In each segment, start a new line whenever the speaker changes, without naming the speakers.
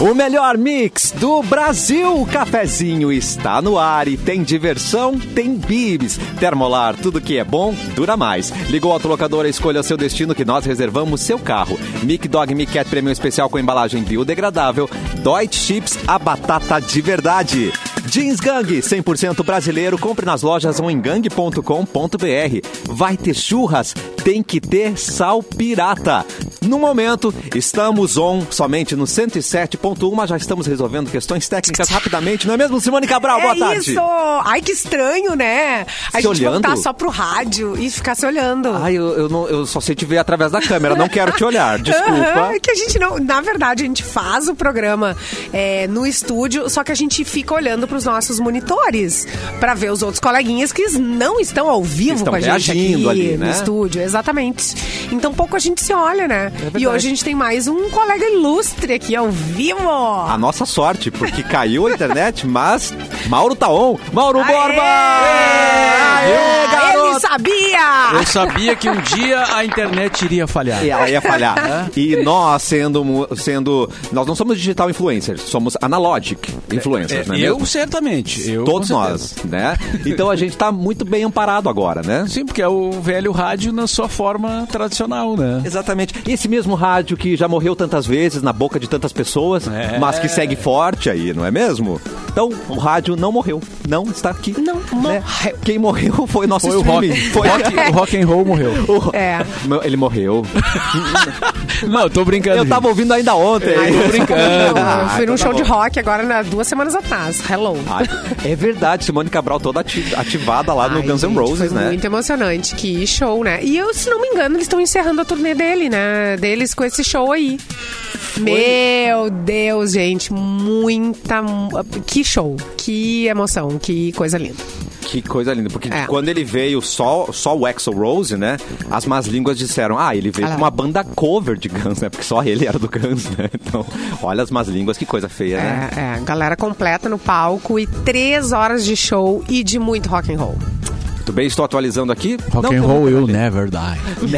O melhor mix do Brasil. O cafezinho está no ar e tem diversão, tem bibs. Termolar, tudo que é bom dura mais. Ligou a autolocadora, escolha seu destino que nós reservamos seu carro. Mic Dog Mic Cat Premium Especial com embalagem biodegradável. Deutsche Chips, a batata de verdade. Jeans Gang, 100% brasileiro. Compre nas lojas ou em gang.com.br. Vai ter churras? Tem que ter sal pirata. No momento, estamos on somente no 107.1, mas já estamos resolvendo questões técnicas rapidamente, não é mesmo, Simone Cabral?
é
Boa tarde.
isso! Ai, que estranho, né? A gente
Se olhando? Ah,
voltar só pro rádio e ficar se olhando.
Ai, eu, eu, não- eu só sei te ver através da câmera, não quero te olhar, desculpa.
Aham, é que a gente não. Na verdade, a gente faz o programa é, no estúdio, só que a gente fica olhando pros nossos monitores pra ver os outros coleguinhas que não estão ao vivo
Estão
com a gente aqui
reagindo ali, né? É
no estúdio, exatamente. Então pouco a gente se olha, né?
verdade.
e hoje a gente tem mais um colega ilustre aqui ao vivo.
A nossa sorte, porque caiu a internet, mas Mauro tá on. Mauro
Aê!
Borba! Aê,
Ele
garoto!
sabia!
Eu sabia que um dia a internet iria falhar.
E ela ia falhar. E nós, sendo, mu- sendo. Nós não somos digital influencers, somos analogic influencers, não é
eu,
mesmo?
certamente. Eu,
Todos
com
nós,
certeza.
né? Então a gente tá muito bem amparado agora, né?
Sim, porque é o velho rádio na sua forma tradicional, né?
Exatamente. E esse mesmo rádio que já morreu tantas vezes na boca de tantas pessoas,
É.
mas que segue forte aí, não é mesmo? Então, o rádio não morreu. Não está aqui.
Não
né? Quem morreu foi o nosso
Foi o rock.
streaming. Foi
Rock- o rock and roll morreu.
o-
É.
Meu, Ele morreu.
Não, eu tô brincando.
Eu tava ouvindo ainda ontem.
gente. Tô brincando.
Não, eu fui
Ah, então
num show
tá
de
bom.
rock agora na, duas semanas atrás. Hello.
Ai, é verdade, Simone Cabral toda ati- ativada lá Ah, no
Ai,
Guns N'
gente, foi
Roses, né?
Muito emocionante. Que show, né? E eu, se não me engano, eles estão encerrando a turnê dele, né? Deles com esse show aí. Meu Deus, gente. Muita. Que show. Que emoção. Que coisa linda.
Que coisa linda, porque
É.
quando ele veio só, só o Axel Rose, né? As más línguas disseram, ah, ele veio
Ah lá.
com uma banda cover de Guns, né? Porque só ele era do Guns, né? Então, olha as más línguas, que coisa feia, né?
É, é, galera completa no palco e três horas de show e de muito rock and roll. É.
Muito bem, estou atualizando aqui.
Rock and
tem-
roll will never die.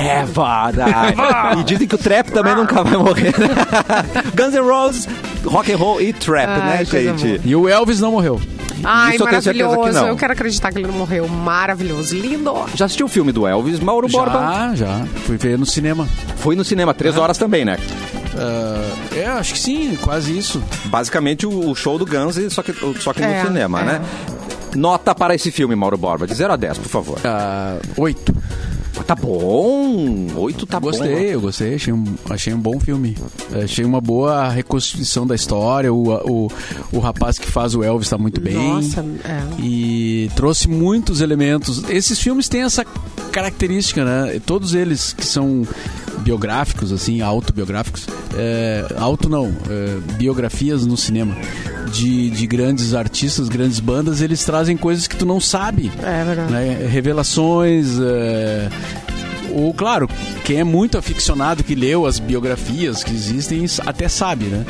Never! e dizem que o trap também nunca vai morrer, né? Guns N' Roses, rock and roll e trap,
Ai,
né,
coisa
gente?
E o Elvis não morreu.
Ai,
Isso eu tenho certeza que
maravilhoso.
não.
Eu quero acreditar que ele não morreu. Maravilhoso. Lindo.
Já assistiu o filme do Elvis, Mauro Borba?
Já, já. Fui ver no cinema.
Foi no cinema, três horas também, né?
Ah, é, acho que sim, quase isso.
Basicamente o o show do Guns, e só que, só que
É,
no cinema,
é.
né? Nota para esse filme, Mauro Borba, de 0 a 10, por favor.
Ah, Oito.
Tá bom, 8 tá
gostei, eu gostei. Achei um, achei um bom filme. Achei uma boa reconstrução da história. O, o, o rapaz que faz o Elvis tá muito bem.
Nossa, é.
E trouxe muitos elementos. Esses filmes têm essa característica, né? Todos eles que são biográficos, assim, autobiográficos. É, auto não, é, biografias no cinema. De, de grandes artistas, grandes bandas, eles trazem coisas que tu não sabe.
É verdade.
né? Revelações. é, Ou, claro, quem é muito aficionado, que leu as biografias que existem, s- até sabe, né?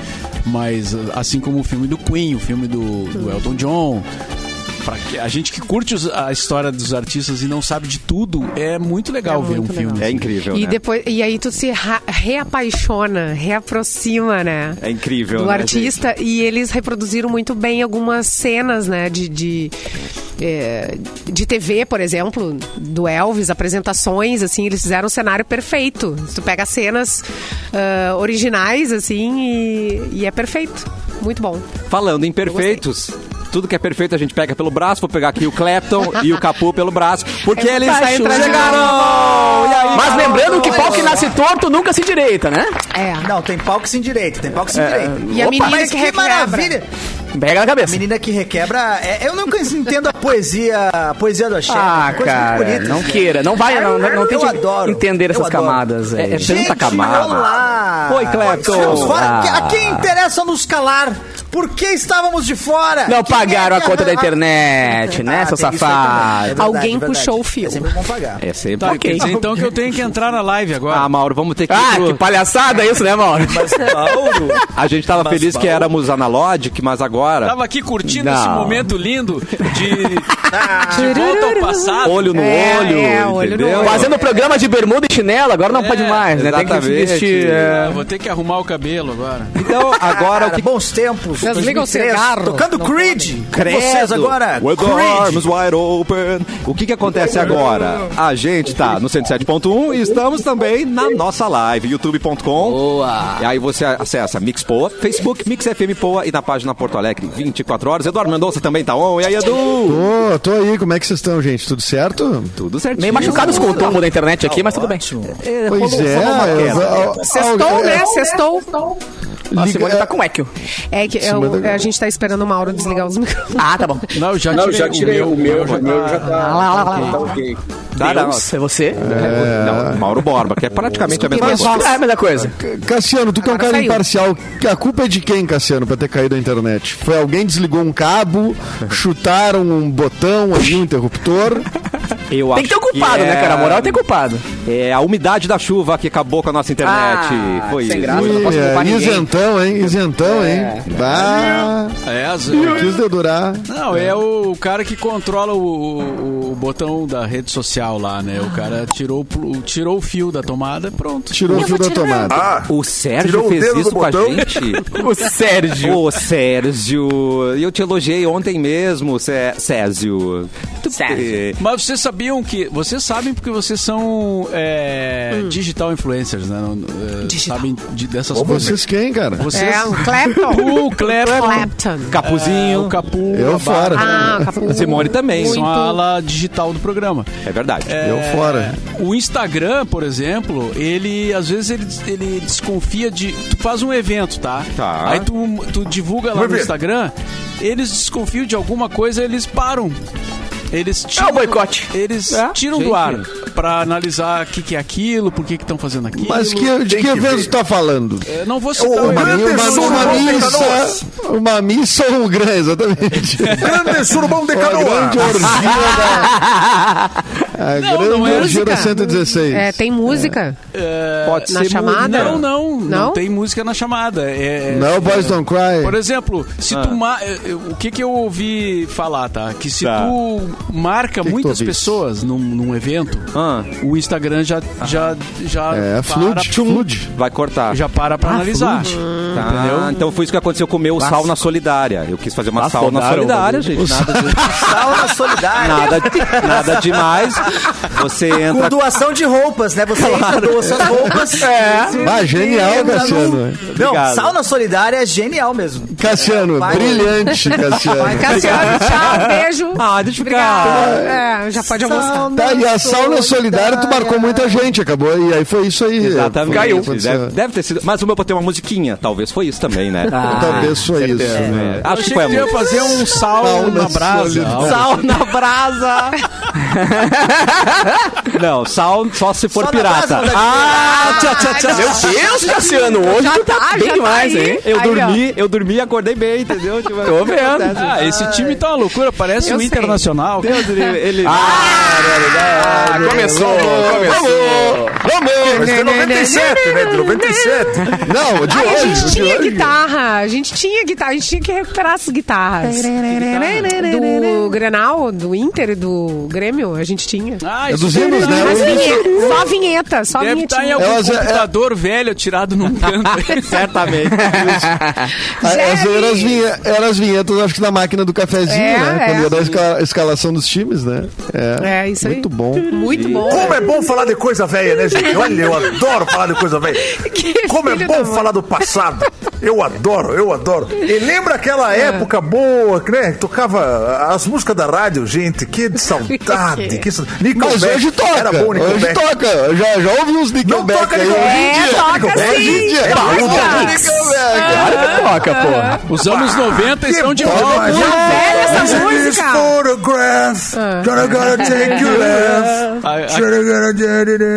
Mas, assim como o filme do Queen, o filme do, do Elton John. pra que- a gente que curte os- a história dos artistas e não sabe de tudo, é muito legal
É
ver
muito
um filme.
É incrível,
E,
né?
depois, e aí tu se ra- reapaixona, reaproxima, né?
É incrível,
Do
né,
artista. E eles reproduziram muito bem algumas cenas, né? De, de, é, de TV, por exemplo, do Elvis, apresentações, assim, eles fizeram um cenário perfeito. Tu pega cenas ah, originais, assim, e, e é perfeito. Muito bom.
Falando em perfeitos... Tudo que é perfeito a gente pega pelo braço. Vou pegar aqui o Clapton e o Capu pelo braço. Porque
É
eles
um
saem
tacho.
chegaram! E aí,
Mas
garoto?
lembrando que pau que nasce torto nunca se direita, né?
É.
Não, tem pau que se endireita, tem pau que se
É,
endireita.
E a menina
mas
que
que,
requebra?
maravilha!
Pega na cabeça.
Menina que requebra, é, eu nunca entendo a poesia, a poesia do axé.
Ah,
coisa muito
cara,
bonita,
não
né?
queira. Não vai, não, não, não
Eu
tente
adoro,
entender
eu
essas
adoro.
camadas.
É,
velho.
é tanta camada.
olá!
Oi, Clepton.
Vamos fora,
Ah.
a quem interessa nos calar. Por que estávamos de fora?
Não
Quem é
pagaram a
que-
conta da
Ah,
internet, né,
tem isso
seu
aí também, é
safado?
verdade,
Alguém
é verdade.
puxou o fio.
É sempre bom pagar.
É sempre.
Tá, quer dizer então que eu tenho que entrar na live agora.
Ah, Mauro, vamos ter que.
Ah, que palhaçada isso, né, Mauro?
Mauro,
A gente tava
Mas
feliz que
Mauro-
éramos analógico, mas agora.
Tava aqui curtindo
Não.
esse momento lindo de, de volta ao passado.
Olho no
É,
olho.
é, olho no
entendeu?
olho.
Fazendo programa de bermuda e chinelo, agora não
É,
pode mais, né? Tem que
exatamente.
investir.
É,
é.
vou ter que arrumar o cabelo agora.
Então, agora o
Cara,
que.
bons tempos.
Desliga o
2003,
cigarro.
Tocando
Não
Creed. Com
Credo.
vocês agora.
With the
Creed.
arms wide open. O que que acontece agora? A gente tá no 107.1 e estamos também na nossa live, youtube.com.
Boa.
E aí você acessa Mixpoa, Facebook, Mix FM Poa e na página Porto Alegre, 24 horas. Eduardo Mendonça também tá on. E aí, Edu?
Ô, tô aí, como é que vocês estão, gente? Tudo certo?
Tudo certinho.
Meio machucados com o tombo da internet aqui, mas tudo bem.
pois é.
Sextou,
é,
né? Sextou.
A
Liga-
Simone tá com eco.
É que eu-
manda-
a gente tá esperando o Mauro desligar os microfones.
Ah, tá bom.
Não, eu já
Não,
tirei,
já tirei o meu, o meu já tá.
lá, lá, lá, lá.
tá ok.
Tá, não,
Deus, é você?
não, Mauro Borba, que é praticamente a mesma
Desculpe,
coisa.
Nossa.
Ah, é a mesma coisa.
Cassiano, tu que é um
Agora
cara
saiu.
imparcial, a culpa é de quem, Cassiano, pra ter caído a internet? Foi alguém desligou um cabo, chutaram um botão ali, um interruptor.
Eu
Tem que ter um culpado, né, cara? A moral é ter culpado.
É a umidade da chuva que acabou com a nossa internet.
Ah,
Foi
sem
isso.
graça. não posso
Ih,
culpar
é,
ninguém. É.
isentão, hein? Isentão, hein? Bah,
É, as-
quis dedurar.
Não, é o cara que controla o, o- o botão da rede social lá, né? O cara tirou, o plu- tirou o fio da tomada, pronto.
Tirou o fio da tomada.
Ah,
O Sérgio
Tirou o
fez
dedo
isso
do
com a
botão?
gente?
O Sérgio.
Ô, Sérgio, eu te elogiei ontem mesmo, Sé- Sérgio. Tu-
Sérgio.
Mas vocês sabiam que. Vocês sabem porque vocês são é, digital influencers, né? Não, é,
Hum. Digital.
Sabem de- dessas coisas.
Vocês quem, cara?
Vocês.
É, o Clapton.
O Clepton,
Clapton.
Capuzinho.
o Capu.
Eu
a
fora.
Ah, Capu.
Simone também.
São a ala digital do programa.
É verdade.
Eu fora.
O Instagram, por exemplo, ele às vezes ele, ele desconfia de. Tu faz um evento, tá?
Tá.
Aí tu, tu divulga lá
Um
no
evento.
Instagram, eles desconfiam de alguma coisa, eles param. Eles tiram,
É o boicote.
Eles
É.
tiram
Gente.
do ar pra analisar o que, que é aquilo, por que estão fazendo aquilo.
Mas que, de que evento tu tá falando?
Eu não vou citar
Ô,
o
Bruno,
evento.
Uma,
Anderson
uma
Rosa
missa,
Canoas.
uma missa ou um grande, exatamente.
grande surubão de
A grande
canoa.
orgia da. A
Não, não
grande
é
orgia da
música.
116.
É, tem música.
É,
Pode
na
ser
chamada?
música.
Não, não, não,
Não?
tem música na chamada. É, é-
Não, Boys Don't
Por
Cry.
exemplo, se tu ma- eh, eh, o que que eu ouvi falar, tá? Que se
Tá.
tu marca
que tu
muitas
ouviste?
pessoas num, num evento,
Ah,
o Instagram já já já
É, Flood, Flood.
vai cortar.
já para pra analisar.
Tá, Então foi isso que aconteceu com o meu sauna solidária. Eu quis fazer uma
Lasco,
sauna
daram,
solidária, gente. Nada,
Sauna solidária.
nada, nada demais. Você
Com
entra
doação de roupas, né? Você entra, doa suas roupas. É.
Ah, genial, Cassiano.
Não,
Obrigado.
sauna solidária é genial mesmo.
Cassiano,
Vai.
brilhante,
Vai,
Cassiano.
Cassiano, tchau, beijo.
Ah, deixa eu
Obrigada. É, já pode almoçar.
Tá, e a sauna solidária, tu marcou muita gente, acabou. E aí foi isso aí.
Exatamente.
Foi o que
Deve,
aconteceu.
deve ter sido. Mas o meu botei uma musiquinha. Talvez foi isso também, né?
Ah. Talvez foi isso. né?
É, acho que
Achei
foi a
que eu ia
música.
fazer um sal
Sauna
na brasa.
solidária.
Sauna brasa! Não, sal só se for
Só na
pirata.
brasa, né?
Ah, tchau, tchau, tchau.
Meu Deus, Cassiano,
Ah,
hoje tu tá bem demais, hein?
Eu
tá, Aí, ó.
dormi, eu dormi e acordei bem, entendeu? Tipo,
Tô vendo.
acontece.
Ah, esse time tá uma loucura, parece
Eu
o
sei.
Internacional.
Deus, ele, ele-
Ah, começou, começou.
Mas tem 97, né? De 97.
Não, de
Ai, a gente
hoje. de
tinha
hoje.
guitarra, a gente tinha guitarra, a gente tinha que recuperar as guitarras. Do Grenal, do Inter e do Grêmio, a gente tinha.
Ah,
É
isso
dos
deve-
hinos, né?
Mas
Os hinos-
vinheta, só vinheta, só
Deve
tá
estar em
vinhetinha.
algum
Elas- é-
computador velho tirado num canto. aí.
certamente.
Ah, Essa
Jerry!
era as, vinhe- eram as vinhetas, acho que da máquina do cafezinho,
É,
né? Quando
é.
ia dar a escala- escalação dos times, né?
É, isso aí.
Muito bom.
Muito bom.
Como é bom falar de coisa velha, né, gente? Olha, eu adoro falar de coisa velha.
Que
Como é
filho
bom
da mãe.
falar do passado. Eu adoro, eu adoro. E lembra aquela época boa, né? que Tocava as músicas da rádio, gente. Que saudade. que saudade.
Mas
Nickelback,
hoje
Era
toca.
bom o
hoje
Nickelback.
toca. Eu Já, já ouvi uns Nickelback
toca
aí.
Nickelback.
hoje em
É,
dia.
toca
Hoje em
sim.
dia.
Toca.
toca
né,
né?
Nickelback.
Claro que toca, porra.
Ah, Os anos 90 estão de
bom
volta.
demais.
velha essa
Isn't this
música?
photograph? Gonna, gonna take you left.
Ah, a-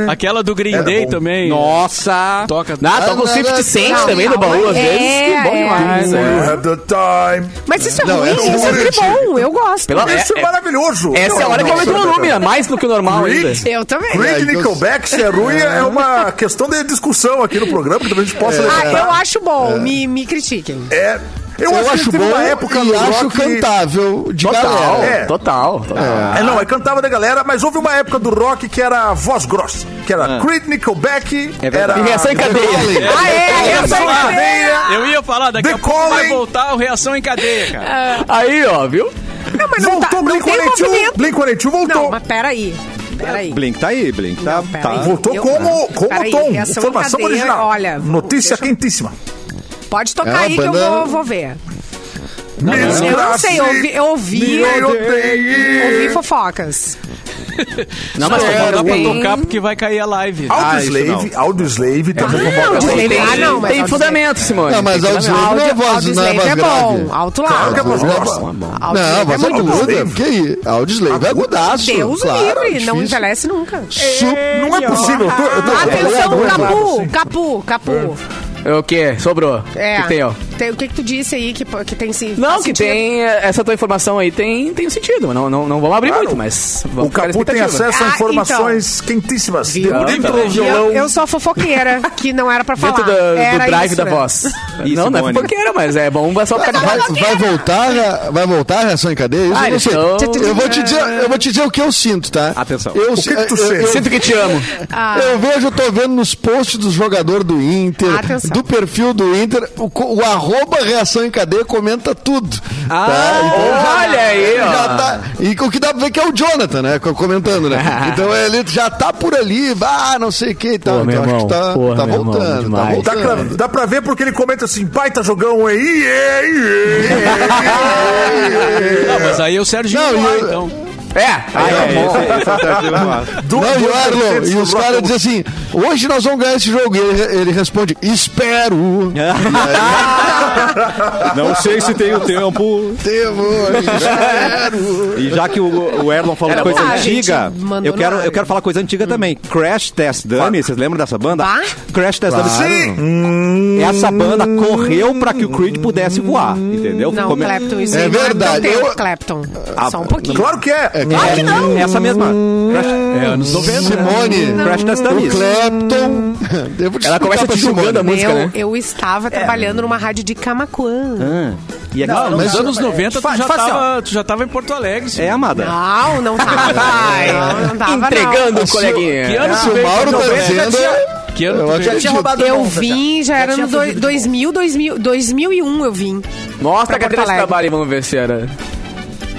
aquela do Green
Era
Day
bom.
também.
Nossa!
Toca-
Ah, toca o 50 Cent também no baú, às
É,
vezes. Que bom
é.
demais,
You
né?
have the time.
Mas isso é
Não,
ruim,
essa é
isso é sempre
boa,
bom, eu gosto.
Pela-
Isso é,
é-
maravilhoso.
Essa é a hora que aumenta o volume, né? mais do que o normal ainda.
Creed,
Eu também.
Creed
É, então-
Nickelback, se é ruim, é uma questão de discussão aqui no programa, que talvez a gente possa
Ah,
levantar.
eu acho bom, me, me critiquem.
É, eu,
Eu
acho,
acho
que teve
bom
uma época
e
no
acho
rock-
cantável de
Total,
galera.
É.
total.
Ah,
total.
É, não, é cantava da galera, mas houve uma época do rock que era voz grossa, que era Creed Nickelback, era
E reação em cadeia.
Ah, é, eu
Reação
sou
em cadeia,
Eu ia falar, daqui a
The
pouco vai
Calling.
voltar o Reação em Cadeia, cara.
Aí, ó, viu?
Não, mas não, tá,
Voltou
não tem
Blink-182,
movimento.
Blink-182
Não,
voltou.
mas peraí, peraí.
Blink tá aí, Blink tá.
Não, pera
tá.
aí.
Voltou
Eu-
como, como
Peraí,
tom,
reação em
formação
cadeia,
original.
olha, vamos- deixa
Notícia
eu-
quentíssima.
Pode
É
tocar
uma
aí que eu
banda-
vou, vou ver.
Mesmo
Eu não
assim,
sei, eu ouvi, eu Ah, ouvi,
me odeie.
ouvi fofocas.
Não
Não, mas
tá
tem-
dá pra
tem-
tocar porque vai cair a live.
Audioslave, Audioslave também
Não,
convoca-
Audioslave-
tem-
Ah, não, mas
Tem
Audioslave-
fundamento, Simone.
Não, mas
Tem
Audioslave-
fundamento.
Não é
Áudio-
voz, não é
Audioslave
voz
é
grave.
Ah, bom, alto
Claro que é voz
lado.
grossa.
Não,
Audioslave é
mas é
muito
agudo.
bom.
aguda. Porque aí, Audioslave é agudaço.
Deus
claro, é
livre, não
difícil.
envelhece nunca. é
Su-
Não é possível. Eu tô, eu tô-
Ah, Atenção,
agudo.
capu, capu, capu.
É O quê? Sobrou.
É.
O que tem, ó?
Tem- o que, que tu disse aí que, po- que tem sim.
Não,
faz
que
sentido?
tem. eh, Essa tua informação aí tem, tem um sentido. Não, não, não vamos abrir
Claro.
muito, mas vamos
O Capu tem acesso a
Ah,
informações quentíssimas. De
Viu?
dentro
Eu-
do violão.
Eu sou a fofoqueira, que não era pra falar.
Dentro do, do
Era
drive
isso,
da
né?
voz.
Isso,
não, não é
Simone.
fofoqueira, mas é bom só ficar de
Vai,
voz.
vai voltar, a- vai voltar a reação em cadeia? Isso
Ah,
eu não sei.
então-
Eu vou te dizer, eu vou te dizer o que eu sinto, tá?
Atenção.
Eu,
que que tu
eu- eu-
Sinto que te amo.
Eu vejo, eu tô vendo nos posts do jogador do Inter,
Atenção.
do perfil do Inter, o, co- o arroba reação em cadeia comenta tudo. Ah,
olha aí, ó.
tá, e o que dá pra ver que é o Jonathan, né? co- Comentando, né? Então ele já tá por ali, ah, não sei o que e tal.
Pô, meu
então acho que
irmão,
tá,
porra,
tá
meu irmão,
voltando, tá
demais.
voltando.
Dá pra, dá pra ver porque ele comenta assim, baita jogão aí, iê, iê, iê, iê.
Não, mas aí é o Sérgio
Não,
Goulart,
e eu-
então.
É,
Ah,
aí é, bom.
Do-
Não, e
do-
o Arlon, e os
do-
caras dizem assim: hoje nós vamos ganhar esse jogo. E ele, ele responde: espero. E aí,
é, Não sei se tem o tempo.
temo, espero.
E já que o, o Erlon falou
Era
coisa
bom. Ah,
antiga,
gente, mandou
eu
na
quero,
área.
eu quero falar coisa antiga também. Crash Test Dummy, vocês lembram dessa banda?
Bah.
Crash Test Dummy.
Sim.
Essa banda correu pra que o Creed pudesse voar, entendeu?
Não,
Come-
Clapton, isso
É
aí não
verdade,
Não é do teu
eu-
Clapton.
Ah,
Só um pouquinho.
Claro que é.
Claro
É, Essa mesma. Crash,
É, anos 90. né?
Simone,
Crash Test
o
Dummy.
Clapton. Eu vou te
Ela começa
explicar pra
te julgando
Simone.
a música,
eu,
né?
eu estava trabalhando numa rádio de Camacuã.
E é aqui,
Ah,
mas
nos
eu-
anos 90 tu
fa-
já,
faz assim, ó.
tava, tu já tava em Porto Alegre.
é,
Simone.
amada.
Não, não tava. não, não tava, não.
Ah. Entregando o
Que
coleguinha.
ano
Se
tu
o
veio?
Mauro tá
90 já
dizendo.
tinha- Que ano
Eu
tu
acho que
veio?
ele
tinha
te-
roubado
Eu
bolsa,
vim, já era
tinha
no doi-
fugido de
2000, 2000, 2001 eu vim.
Mostra
Pra
a carteira
Porto
de
Alegre.
trabalho e vamos ver se era.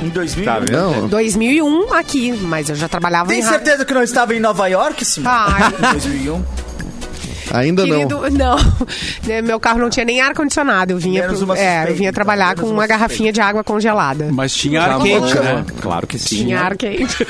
Em 2000.
Tá vendo?
Não,
2001 aqui, mas eu já trabalhava
Tem
em rádio.
certeza que não estava em Nova York, sim?
Ai,
Em 2001.
ainda não.
Querido, não. Né, Meu carro não tinha nem ar-condicionado. Eu vinha,
Menos
pro-
uma
é,
suspeita,
eu vinha trabalhar
menos
com
uma
uma
suspeita.
garrafinha de água congelada.
Mas tinha
Tá
arcade,
louca,
né?
Claro que sim.
Tinha ar quente.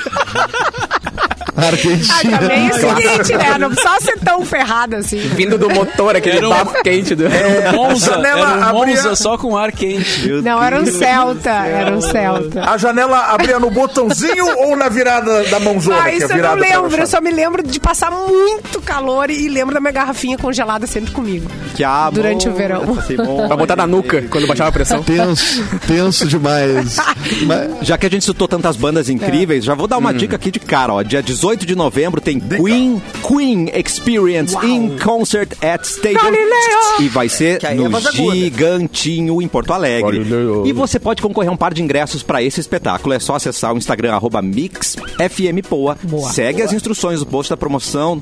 Ah,
Argentina.
também é o seguinte, né? Não precisa ser tão ferrada assim.
Vindo do motor, aquele
Era um-
bafo quente do.
Era um Monza,
janela
era um
abria-
Monza só com ar quente.
Meu
Não, era um
Deus.
Celta. Era um Celta.
A janela abria no botãozinho ou na virada da mãozona?
Ah,
que é
isso eu não
virada pra
lembro.
baixar?
Eu só me lembro de passar muito calor e lembro da minha garrafinha congelada sempre comigo.
Que amor.
Durante o verão.
Simone.
Pra botar na nuca quando baixava a pressão.
Tenso, tenso demais. Mas,
Já que a gente citou tantas bandas incríveis, já vou dar uma dica aqui de cara, ó. Dia 18 de novembro tem Queen, Queen Experience in Concert at Stadium.
Galileu!
E vai ser
Que aí é
no
voz aguda.
Gigantinho, em Porto Alegre. E você pode concorrer a um par de ingressos para esse espetáculo. É só acessar o Instagram, arroba MixFMPoa.
Boa.
Segue as instruções do post da promoção,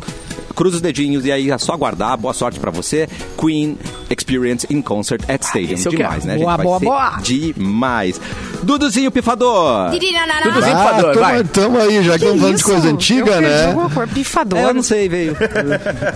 cruza os dedinhos e aí é só aguardar. Boa sorte para você. Queen Experience in Concert at Stadium.
esse eu
Demais,
quero.
né,
Boa,
gente? Vai
boa,
ser
boa.
Demais. Duduzinho Pifador.
Tudo
ah,
limpador,
tamo-
vai.
tamo aí, já que estamos falando de coisa antiga,
eu perdi
né?
alguma coisa, Pifador.
É, eu não sei, veio.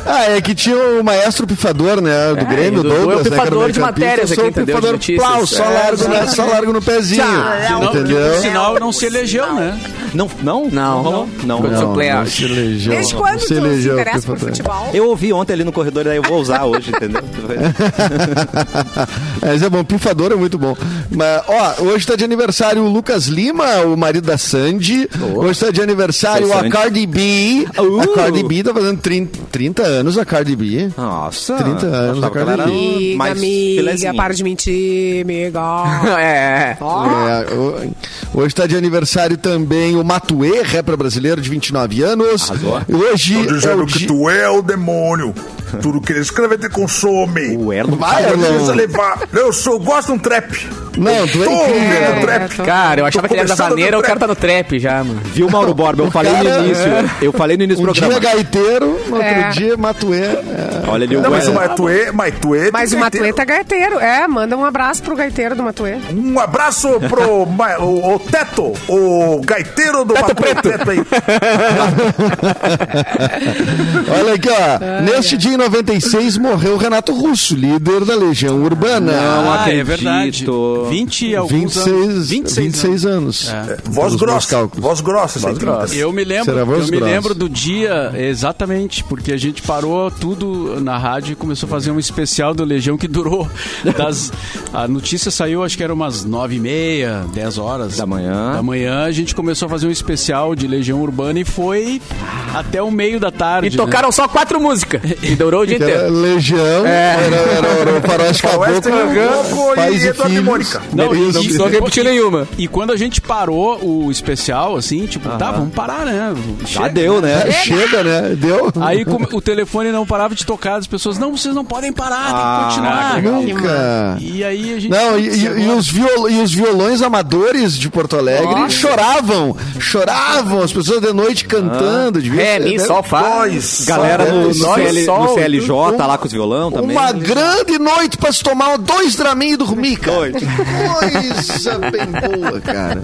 Ah, é que tinha o maestro pifador, né? Do Grêmio,
e o
o
Dudu é o
Douglas, né, que era
pifador de
meio-campista,
matérias
eu sou
aqui, entendeu?
o
De
pifador
notícias.
plau, só
É,
largo, né, só largo no pezinho,
Não,
entendeu?
Por sinal, não se elegeu, né?
Não, não?
Não.
Não, não.
Não.
Não,
Play
não
out.
se elegeu.
Desde
não
quando tu
se
se
elegeu
interessa por
pifador.
futebol?
Eu ouvi ontem ali no corredor, aí eu vou usar hoje, entendeu?
Mas é bom, pifador é muito bom. Mas, ó, hoje tá de aniversário o Lucas Lima, o marido da Sandy. Hoje tá de aniversário
Seu
a
Sandy.
Cardi B.
Uh!
A Cardi B tá fazendo 30, 30 anos, a Cardi B.
Nossa.
30 anos,
achava que ela era
academia.
Amiga,
mais
amiga,
filezinha.
para de mentir, amiga.
É, é.
Ah.
É, ho- hoje tá de aniversário também o Matuê, rapper brasileiro de 29 anos.
Arrasou. Então,
Hoje
Tô
é o
dizendo que
di-
tu é o demônio. Tudo que ele escreve te consome.
O Erlon
Vai,
Não
Erlon.
precisa levar. Eu sou, gosto de um trap.
Não, tu é
Tô
incrível.
ouvindo
É,
trap.
tô-
Cara, eu
Tô
achava que ele era da
começando
vaneira,
no
o cara tá
trap.
no trap já, mano.
Viu, Mauro Borba? Eu falei
cara-
no início. Eu falei no início
Um
do
dia é
programa.
gaiteiro, no outro
É.
dia é Matuê. É.
Olha ali o
Não, mas o
Erlon.
Matuê, Matuê
Mas o Matuê tá gaiteiro. É, manda um abraço pro gaiteiro do Matuê.
Um abraço pro Ma- o, o Teto, o gaiteiro do Teto Preto. Teto aí.
Olha aqui, ó. Neste dia em 96 morreu Renato Russo, líder da Legião Urbana.
Não acredito.
é verdade. 20 e É, alguns
26,
anos.
26 anos.
É.
Voz
Pelos meus
grossa.
cálculos.
Voz grossa, esse aí,
grossa.
trinta.
Eu me lembro,
Será
eu
voz
me
grossa.
lembro do dia exatamente, porque a gente parou tudo na rádio e começou a fazer um especial do Legião que durou das- a notícia saiu acho que era umas nove e meia, dez horas
Da manhã.
Da manhã a gente começou a fazer um especial de Legião Urbana e foi até o meio da tarde. né?
E tocaram só quatro músicas. E durou o dia
Que era
É.
inteiro.
Legião, era, era, era o Faroeste
Faroeste
Caboclo,
Caboclo e
Pais e
Eduardo e
Filhos.
Mônica.
Não,
Beleza.
e- e-
Não repetiu nenhuma.
E quando a gente parou o especial, assim, tipo, tá, vamos parar, né?
Já
Chega.
deu, né?
É, chega, né? Deu?
Aí como o telefone não parava de tocar, as pessoas, não, vocês não podem parar,
Ah,
tem que continuar.
Nunca.
E aí a gente.
Não, e, e- e os viol- e os violões amadores de Porto Alegre choravam, choravam, as pessoas de
Ah.
noite cantando. devia
Ré,
É,
ser,
mi,
né?
sol, fá.
Nós.
Galera
Só-
no, no
só-
CL
só-
no CLJ, lá com os violão também.
né?
Uma grande noite pra se tomar dois Dramin e dormir, cara. Que coisa bem boa, cara.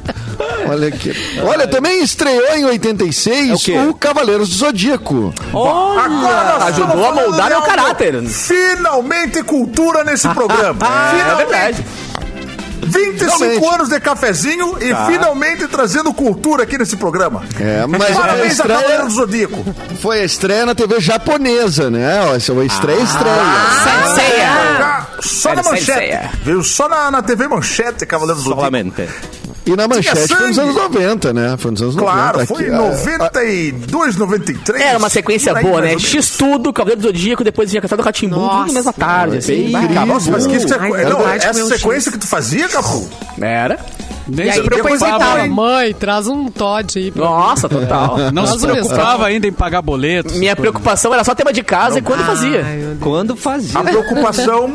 Olha aqui. Olha, também estreou em
É
86
o quê?
o, Cavaleiros do Zodíaco.
Agora nós
Ajudou
estamos
a
falando
moldar
de
meu
algo.
caráter.
né? Finalmente cultura nesse programa.
É
Finalmente.
verdade.
25
Finalmente.
anos de cafezinho e finalmente trazendo cultura aqui nesse programa.
É, mas foi a,
Parabéns a
estreia,
Cavaleiro do Zodíaco.
foi a estreia na TV japonesa, né? Ó, Essa é uma estreia, estreia.
Senseia.
Ah, Só
Era
na
senseia.
manchete. Viu? Só na, na TV Manchete, Cavaleiro do Zodíaco.
Solamente.
E na manchete foi nos
sangue.
anos 90, né? Foi nos anos 90.
Claro, foi
Aqui,
em
a-
92, 93.
É, Era uma sequência
por aí,
boa,
mais
né?
ou menos.
X tudo, Cavaleiro do Zodíaco, depois vinha Caçado do Ratimbu, tudo na
Nossa.
mesma tarde, assim.
Bem É incrível. É
Nossa, mas que sequência.
Ai,
Não,
verdade,
essa
meu
sequência que tu fazia, Capu?
Era.
Nem
E
se
aí
preocupava,
propositava. Mãe, traz um Todd aí. pra- um
Nossa, total.
não se
Nossa, olha só.
preocupava ainda em pagar boletos.
Minha preocupação era só tema de casa e quando fazia.
Ai, meu Deus.
Quando fazia.
A preocupação.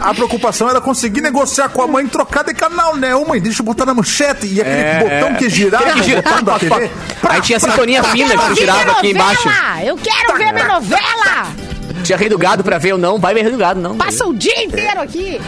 A preocupação era conseguir negociar com a mãe e trocar de canal, né? Ô mãe, deixa eu botar na manchete. E aquele
É,
botão
é.
que girava,
Aquele que
o
girava,
botão da
pá,
TV.
pá. Aí tinha a sintonia fina que tu girava aqui embaixo.
Eu quero ver minha novela!
Tinha Rei do Gado pra ver ou não, vai ver Rei do Gado, não.
Passa o dia inteiro aqui!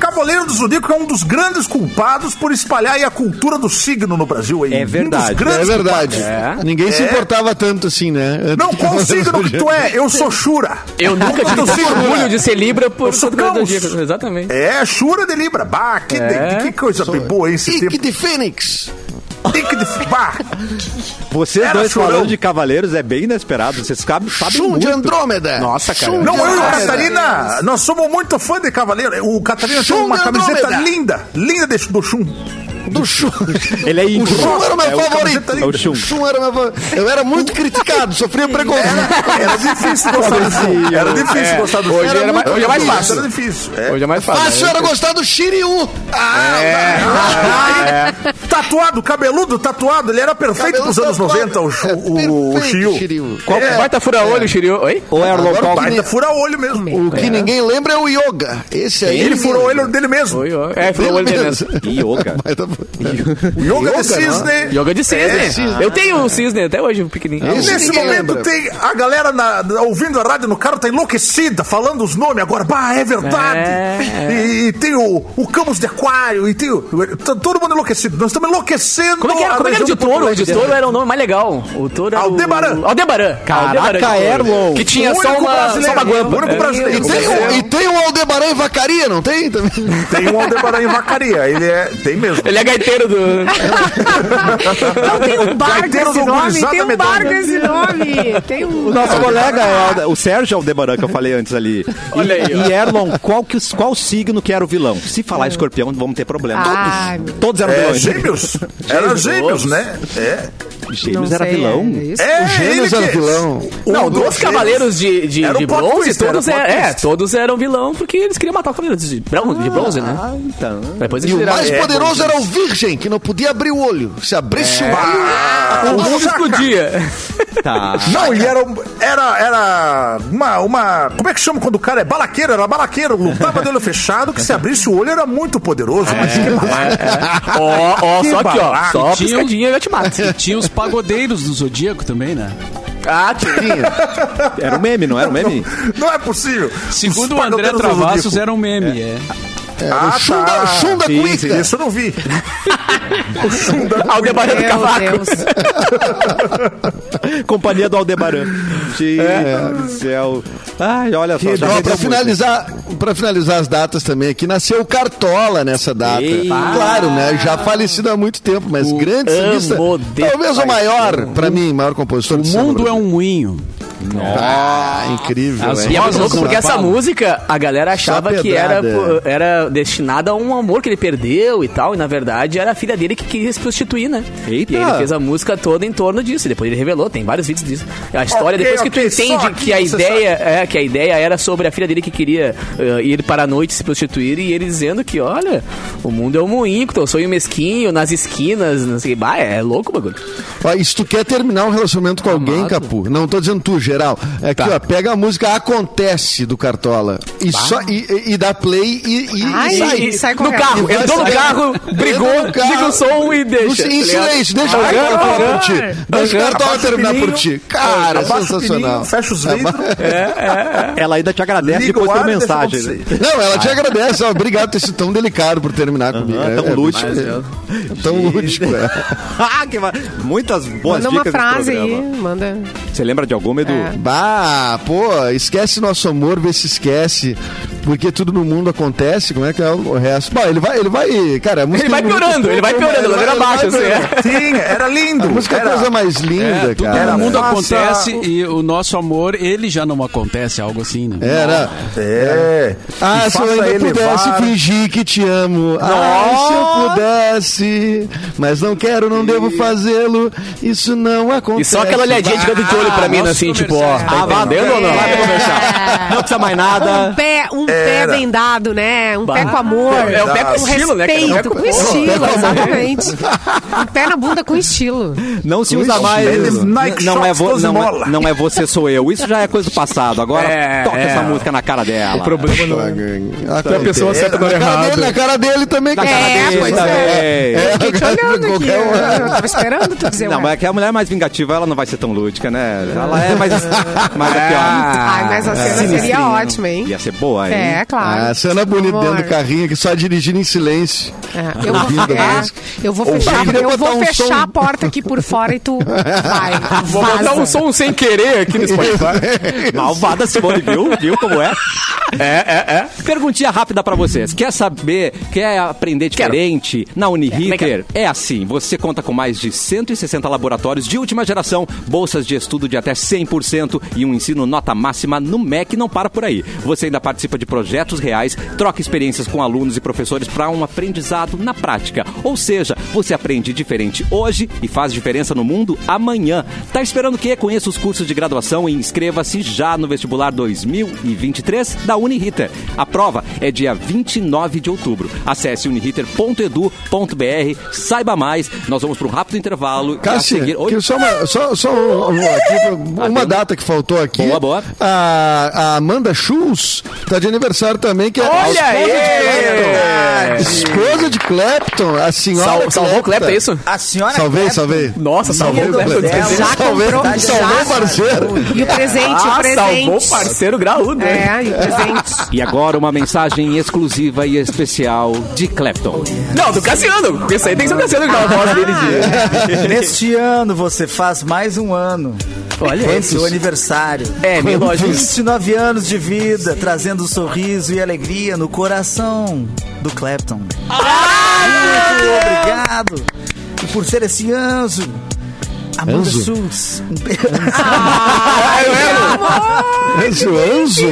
Cavaleiro do Zodíaco é um dos grandes culpados por espalhar aí a cultura do signo no Brasil. Aí.
É verdade,
Um dos grandes
É verdade.
culpados.
Ninguém se importava tanto assim, né?
É. Não, qual signo que tu é? Eu sou Shura.
Eu nunca tive tanto orgulho de ser Libra por
Eu sou
Santo Cavaleiro do
Camus.
Zodíaco. Exatamente.
É, Shura de Libra. Bah, que,
É.
de- que coisa bem boa esse
Ike
tempo.
de Fênix.
Tique de... Bah,
Vocês
Era
dois
chorão.
falando de cavaleiros é bem inesperado. Vocês sabem, sabem
Chum de
muito.
Andrômeda.
Nossa, cara.
Chum
Não,
de
eu e o
Andrômeda.
Catarina, nós somos muito fã de Cavaleiro. O Catarina tem
Chum
uma
de
camiseta
Andrômeda.
linda, linda de- do Chum.
Do Chum.
Ele é
O
íntimo.
Chum era o meu
É o
favorito.
camiseta É o Chum.
O Chum era o meu favorito. Eu era muito criticado, sofria preconceito.
Era difícil gostar do Chum. Era difícil gostar do Chum.
assim, É. Hoje era mais-
muito
hoje é mais
difícil,
fácil.
Era difícil. é.
Hoje é mais fácil.
Fácil Ah, era gostar do Shiryu. Ah,
Então tá.
Tatuado, cabeludo, tatuado. Ele era perfeito
cabelo
nos anos
tatuado.
90, o, Chu-
É
o, o
perfeito,
Chiu.
Qual
É.
baita fura-olho, Shiryu? Oi?
Ou é era
Agora
local.
o
Baita fura-olho mesmo.
O que ninguém lembra é o Yoga. Esse aí. é
Ele
ninguém
furou o
lembra.
olho dele mesmo.
Oi, oi. É, fura-olho
Dele
mesmo.
Yoga.
Baita fu-
Yoga de
Yoga, não?
cisne.
Yoga de cisne. Eu tenho
né?
um cisne até hoje, um pequenininho.
Esse
Nesse
ninguém
momento
lembra.
tem a galera na- na- ouvindo a rádio no carro, tá enlouquecida, falando os nomes agora. Bah, é verdade.
É.
E, e tem o, o Camus de Aquário, e tem o, tá todo mundo enlouquecido. Nós estamos enlouquecendo.
Como é que era,
a
como é que era o de
região do Porto
touro? O de
Alegre.
touro era o nome mais legal. O touro era o-
Aldebaran.
Aldebaran.
Caraca,
Aldebaran de touro.
Erlon.
Que tinha
O
só
único
uma, só
brasileiro,
uma guampa.
o único
É.
brasileiro.
E tem, o, e tem o Aldebaran e Vacaria, não tem? Também.
Tem um Aldebaran em Vacaria. Ele é. Tem mesmo.
Ele é gaiteiro do.
Não tem um bar com
Gaiteiro
esse
do
nome,
Gurizada
tem um bar com
Medonha.
esse nome. Tem um.
O nosso colega, é Alde- o Sérgio Aldebaran, que eu falei antes ali.
Olha
e,
aí, ó.
e Erlon, qual, que, os- qual signo que era o vilão? Se falar escorpião, vamos ter problema.
Ai,
todos, todos eram
É,
vilões.
gêmeos. Era gêmeos, né? É.
Gêmeos
Não
era
sei,
vilão.
é isso?
É,
Gêmeos
ele
era
que-
vilão.
um
Não,
dos
dos cavaleiros de, de,
Era
de
um plot
bronze,
twist,
todos
era um
eram. É,
plot twist.
todos eram vilão porque eles queriam matar os cavaleiros de bronze, de bronze né?
Ah, então.
Depois
E
eles
o
viraram-
mais
é,
poderoso era o virgem, que não podia abrir o olho. Se abrisse o olho.
Ah,
O mundo explodia.
Tá.
Não, e era, um- era, era uma, uma. Como é que chama quando o cara é balaqueiro? Era balaqueiro, lutava de olho fechado, que se abrisse o olho era muito
É.
poderoso. Mas que balaca.
É, Ó, ó,
Que
só aqui, ó.
barato.
Só
Tinha um-
piscadinha eu já te mato.
E tinha os pagodeiros do Zodíaco também, né?
Ah, tinha.
Era um meme, não era um meme?
Não é possível.
Segundo
Os
o André
pagodeiros do
Travassos,
Zodíaco.
era um meme, é.
Ah,
Chunda,
tá.
chunda
Sim,
cuica.
sim.
Isso eu não vi.
Aldebaran do
Meu
cavaco.
Deus.
Companhia do Aldebaran. Gente do céu. Ai, olha só. já
Ó,
rendeu
pra
muito.
finalizar, pra finalizar as datas também aqui, nasceu o Cartola nessa data.
Ei.
Claro, né? Já falecido há muito tempo, mas grande
amo
solista.
de
Talvez o maior, pra mim, maior compositor
O
do
mundo é um moinho.
Ah, incrível,
As
hein?
E é muito louco
Nossa,
porque essa
Paulo.
música a galera achava
Só
que era,
pedrada.
pô, era destinada a um amor que ele perdeu e tal. E na verdade era a filha dele que queria se prostituir, né?
Eita.
E aí ele fez a música toda em torno disso. E depois ele revelou, tem vários vídeos disso. A história,
Ok,
depois que
ok,
tu
só
entende
aqui
que a
você
ideia é que a ideia era sobre a filha dele que queria eh, ir para a noite se prostituir e ele dizendo que, olha, o mundo é um moinho, que teu sonho é mesquinho, nas esquinas, não sei, bah, é louco o bagulho.
Ó, e se tu quer terminar um relacionamento com alguém, Capu, não tô dizendo tu, geral. É
Tá.
que, ó, pega a música Acontece do Cartola e, só, e, e- e dá play e, e- e
Ai,
sai.
e é sai
no
correndo.
carro,
E vai
entrou no
sair.
carro, brigou,
Entra no carro.
liga o som e
No-
deixa.
em
tá ligado?
silêncio, deixa o
Aham,
Cartola
aham.
por ti. Deixa o Cartola
Abaixa o
terminar por
pininho,
ti. Cara,
abaixa o
é sensacional. É
pininho, Fecha os vidros.
Ela ainda te agradece
Liga
depois
o
por
ar e deixa
mensagem. né?
acontecer.
Não, ela te agradece. ó, obrigado por ter sido tão delicado por terminar comigo.
tão lúdico.
é tão lúdico, é.
Ah, que ma- Muitas boas
Manda uma
dicas nesse
frase aí.
programa.
Manda.
Você lembra de alguma, Edu?
É.
Bah, pô, esquece nosso amor, vê se esquece. Porque tudo no mundo acontece, como é que é o resto? Bom, ele vai, ele vai, cara, a música
Ele vai
é muito
piorando, ele vai
boa,
piorando,
ele vai-
ladeira
ele vai
abaixo, assim,
piorando.
é.
Sim, era lindo.
A música é a
era.
coisa mais linda,
É, tudo
cara.
no mundo
Faça-
acontece e o nosso amor, ele já não acontece, algo assim, né?
Era.
É.
Ah,
E
se eu
faça
ainda pudesse
elevar.
fingir que te amo. Ah, se eu pudesse. Mas não quero, não devo fazê-lo. Isso não acontece.
E só aquela olhadinha de canto de olho
Ah, né,
pra mim, assim, tipo, ó, tá
vá
entendendo ou não?
É.
Vai pro comercial. Não precisa mais nada.
Um pé, um pé
Era.
bem dado, né? Um pé com amor.
É o pé com
um
estilo, né, cara? É o pé
respeito,
com-
com estilo, exatamente. Um pé na bunda com estilo.
Não se usa
Ui,
mais.
Nike
N- Não
Shox
é, vo-
doze
não, é-
mola.
não é você, sou eu. Isso já é coisa do passado. Agora
É,
toca
é.
essa música na cara dela.
problema
Até
a pessoa certa na
na
hora
cara
errada.
dele, na cara dele também.
Na
cara.
cara
É,
dele
pois
também.
É,
Fiquei te
cara,
olhando aqui.
qualquer um.
Eu tava esperando tu dizer
Não,
ué.
mas é que a mulher mais vingativa, ela não vai ser tão lúdica, né? Ela é mais, mais aqui, ó.
Ai, mas a cena seria ótima, hein?
Ia ser boa, hein?
É, claro.
Ah, cena bonita
Amor.
dentro do carrinho, que só dirigindo em silêncio.
É, eu, vou,
Ouvindo a
é,
música.
eu vou
Ouvindo.
fechar,
Queria
eu
botar
vou
um
fechar
som.
a porta aqui por fora e tu vai.
Vou botar
vaza.
um som sem querer aqui no Spotify.
É,
Tá
Malvada Simone, viu? Viu como é? É, é, é. Perguntinha rápida pra vocês. Quer saber, quer aprender diferente? Na Uniriter é assim. Você conta com mais de 160 laboratórios de última geração, bolsas de estudo de até 100% e um ensino nota máxima no MEC não para por aí. Você ainda participa de projetos reais, troca experiências com alunos e professores para um aprendizado na prática. Ou seja, você aprende diferente hoje e faz diferença no mundo amanhã. Tá esperando o quê? Conheça os cursos de graduação e inscreva-se já no vestibular 2023 da Uniriter. A prova é dia 29 de outubro. Acesse uniriter.edu.br, saiba mais. Nós vamos para um rápido intervalo. e a
Cássio,
seguir- Oi?
que só uma, só, só um- um- aqui, uma
tem-
data que faltou aqui.
Boa, boa.
A, a Amanda Schultz tá de aniversário também, que é a esposa
aí!
né? É.
de Clapton. Esposa de Clapton, a senhora.
Sal, salvou o Clepto, é isso?
A senhora.
Salvei,
Clapton,
salvei.
Nossa, salvou o
Minha
Clepto.
novela.
Já
Salvei,
comprou,
salvei
já.
o parceiro.
E o presente, o
Ah, salvou o
presente.
parceiro graúdo, né?
É, e o presente.
E agora uma mensagem exclusiva e especial de
Oh,
Clapton.
Não, do Cassiano. Porque isso aí tem que ser o Cassiano que dá a
Ah,
voz é. dele de...
Neste ano você faz mais um ano.
Olha
É seu aniversário.
É, meio lógico.
29 anos de vida, trazendo sorriso e alegria no coração do Clapton. Muito obrigado e por ser esse anjo. Amanda Um
Anzo?
Schultz.
Esse anjo?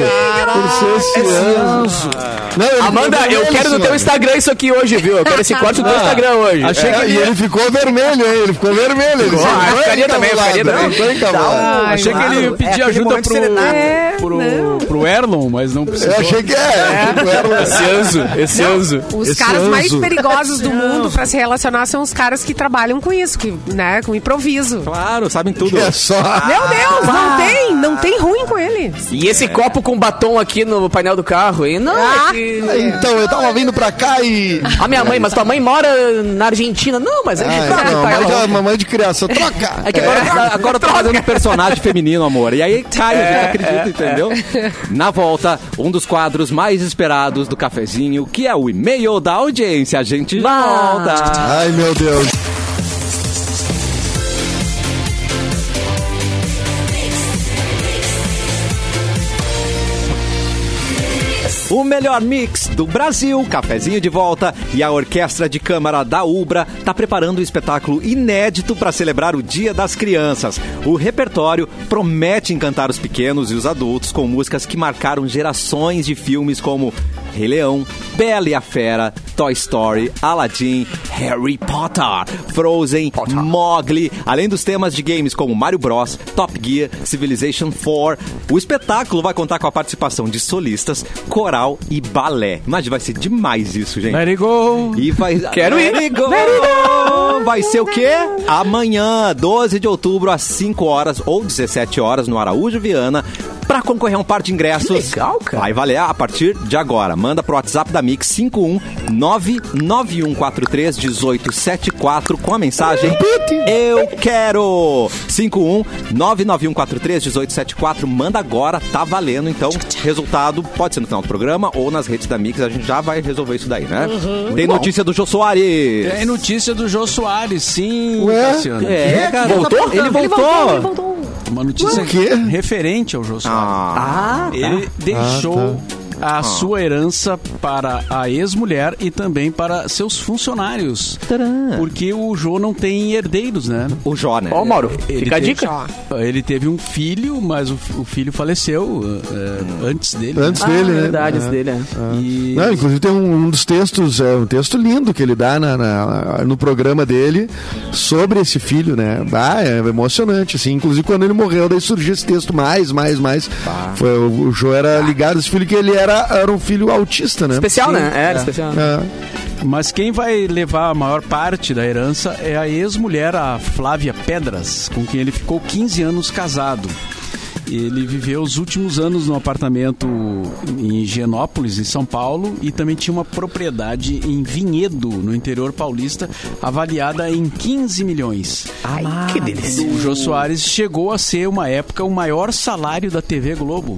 Por ser esse anjo. Não, ele-
Amanda, eu
vermelho,
quero no teu
senhora.
Instagram isso aqui hoje, viu? Eu quero esse corte no teu Instagram hoje.
Ah.
É.
Achei que É, e ele ficou vermelho, hein? Ele ficou vermelho. Ele
Ah, ficaria também, ficaria também.
também.
Achei que ele
claro,
ia
é
pedir
aquele
ajuda
momento
pro,
serenata.
É, não.
pro, pro Erlon, mas não precisou.
Eu achei que é. achei que era-
Esse anzo, esse anzo.
Os
Esse
caras mais
anjo.
perigosos do mundo para se relacionar são os caras que trabalham com isso, que, né, com improviso.
Claro, sabem tudo.
É só.
Meu Deus,
Ah.
não tem, não tem ruim com eles.
E esse copo com batom aqui no painel do carro, hein? Não, é que-
Então, eu tava vindo pra cá e.
A minha mãe, mas tua mãe mora na Argentina. Não, mas...
Ah, não, mas é uma mamãe de criança, troca!
É que agora...
Agora eu tô fazendo um personagem feminino, amor. E aí cai, a gente acredita, entendeu? Na volta, um dos quadros mais esperados do cafezinho, que é o e-mail da audiência. A gente volta.
Ai, meu Deus.
O melhor mix do Brasil, cafezinho de volta e a orquestra de câmara da Ubra está preparando um espetáculo inédito para celebrar o Dia das Crianças. O repertório promete encantar os pequenos e os adultos com músicas que marcaram gerações de filmes como Rei Leão, Bela e a Fera, Toy Story, Aladdin, Harry Potter, Frozen, Mogli, além dos temas de games como Mario Bros, Top Gear, Civilization 4. O espetáculo vai contar com a participação de solistas, coral e balé. Imagina, vai ser demais isso, gente.
Let it go.
E vai.
Quero ir.
Let it go. Vai ser o quê? Amanhã, 12 de outubro, às 5 horas ou 17 horas, no Araújo Viana, pra concorrer a um par de ingressos.
Que legal, cara.
Vai valer a partir de agora. Manda pro WhatsApp da Mix 51991431874 com a mensagem Eu quero! 51991431874. Manda agora, tá valendo. Então, resultado pode ser no final do programa ou nas redes da Mix. A gente já vai resolver isso daí, né?
Uhum.
Tem notícia do Jô Soares.
Tem É notícia do Jô Soares, sim,
Ué?
Cassiano.
É, cara. Voltou? Ele voltou.
Uma notícia
O quê?
referente ao Jô Soares.
Ah,
tá.
Ele deixou
Ah.
a sua herança para a ex-mulher e também para seus funcionários.
Tcharam.
Porque o Jô não tem herdeiros, né?
o Jó, né?
Ó, Mauro,
Ele
fica a
tem-
dica.
Ele teve um filho, mas o, o filho faleceu
Hum.
eh, antes dele.
Antes
né?
dele, né?
Ah, verdade, isso dele, é.
E-
Não, inclusive tem um, um dos textos, é um texto lindo que ele dá na- na- no programa dele sobre esse filho, né? Ah, é emocionante, assim. Inclusive quando ele morreu, daí surgiu esse texto mais, mais, mais. Foi, o, o João era ligado a esse filho que ele era, era um filho autista, né?
Especial, né? É, era especial.
É.
Mas quem vai levar a maior parte da herança é a ex-mulher, a Flávia Pedras, com quem ele ficou 15 anos casado. Ele viveu os últimos anos num apartamento em Higienópolis, em São Paulo, e também tinha uma propriedade em Vinhedo, no interior paulista, avaliada em 15 milhões.
Ai, que delícia.
O Jô Soares chegou a ser, uma época, o maior salário da TV Globo,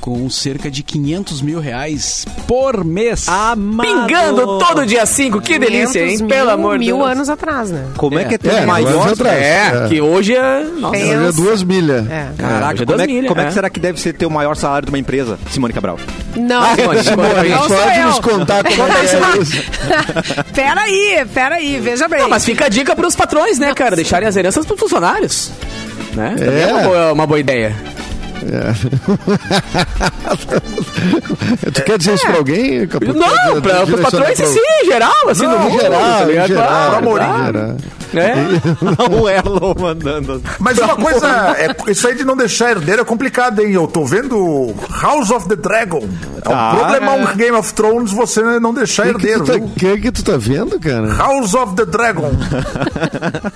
com cerca de 500 mil reais por mês.
Ah,
Amado.
Pingando todo dia 5, que delícia, hein?
500 mil,
Pelo amor de
mil
Deus.
anos atrás, né?
Como é, que é teu
É,
maior...
agora já- atrás.
É,
É.
que hoje é. Nossa,
Pensa.
Ele é duas milhas.
É.
Caraca,
hoje é
como, é,
duas milhas,
como é que
é.
será que deve ser teu maior salário de uma empresa, Simone Cabral?
Não,
Simone, Simone,
Bom, a gente
não sou
pode nos
eu.
contar como é que é isso.
Peraí, peraí, veja bem.
Não, Ah, mas fica a dica pros patrões, né, cara? Deixarem as heranças pros funcionários. Né? Também é, uma, boa, uma boa ideia.
Tu quer dizer isso pra alguém? Capu?
Não, pra, pros
Direcionar
patrões,
pra-
sim, em geral, assim, no
Em
mundo. tá
geral, em
ligado?
geral, tá.
Claro,
em
claro.
geral.
É.
o Erlon mandando.
Mas uma coisa, é, isso aí de não deixar herdeiro é complicado, hein? Eu tô vendo House of the Dragon. É um
Tá.
problemão Game of Thrones você não deixar
O que, que
herdeiro,
tu tá-
viu?
que que tu tá vendo, cara?
House of the Dragon.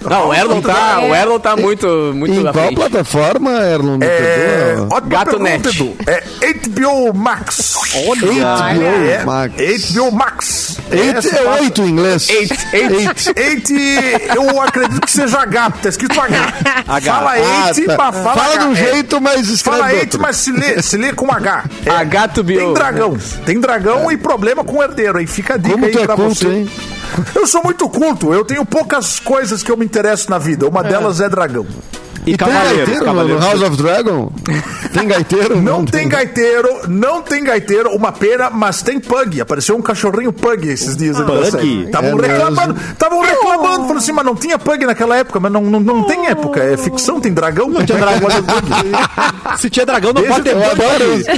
Não, o Erlon tá, o Erlon tá muito, muito
Em
à
qual
frente.
plataforma, Erlon? no
É,
Tedu?
ótima
Gato
pergunta,
Net.
Edu. É HBO Max.
HBO
É,
Max.
HBO Max.
Eight,
Essa
é
passa-
oito em inglês.
Eight, eight.
Eight, eu acredito que seja H, tá escrito H. Fala
Ah,
Eight,
tá.
mas fala
Fala de um
H. É,
jeito, mas escreve
Fala
do
Eight,
outro.
mas se lê, se lê com H. É,
H to be
Tem
o-
dragão. Tem dragão e problema com o herdeiro, hein? Fica a dica
Como
aí
tu é
pra
culto,
você.
hein?
Eu sou muito culto, eu tenho poucas coisas que eu me interesso na vida. Uma delas é dragão.
E
Tem
Cavaleiros,
gaiteiro no- no
Cavaleiros.
House of Dragon? Tem gaiteiro?
Não, tem gaiteiro, não tem gaiteiro, uma pena, mas tem pug. Apareceu um cachorrinho pug esses dias aí.
Pug?
Estavam
É
reclamando, estavam reclamando, falando assim, mas não tinha pug naquela época, mas não, não, não tem época, é ficção, tem dragão. é Não
tinha dragão, mas Se tinha dragão, não
Deixa
pode ter
eu
Eu
bug.
É.
adoro isso.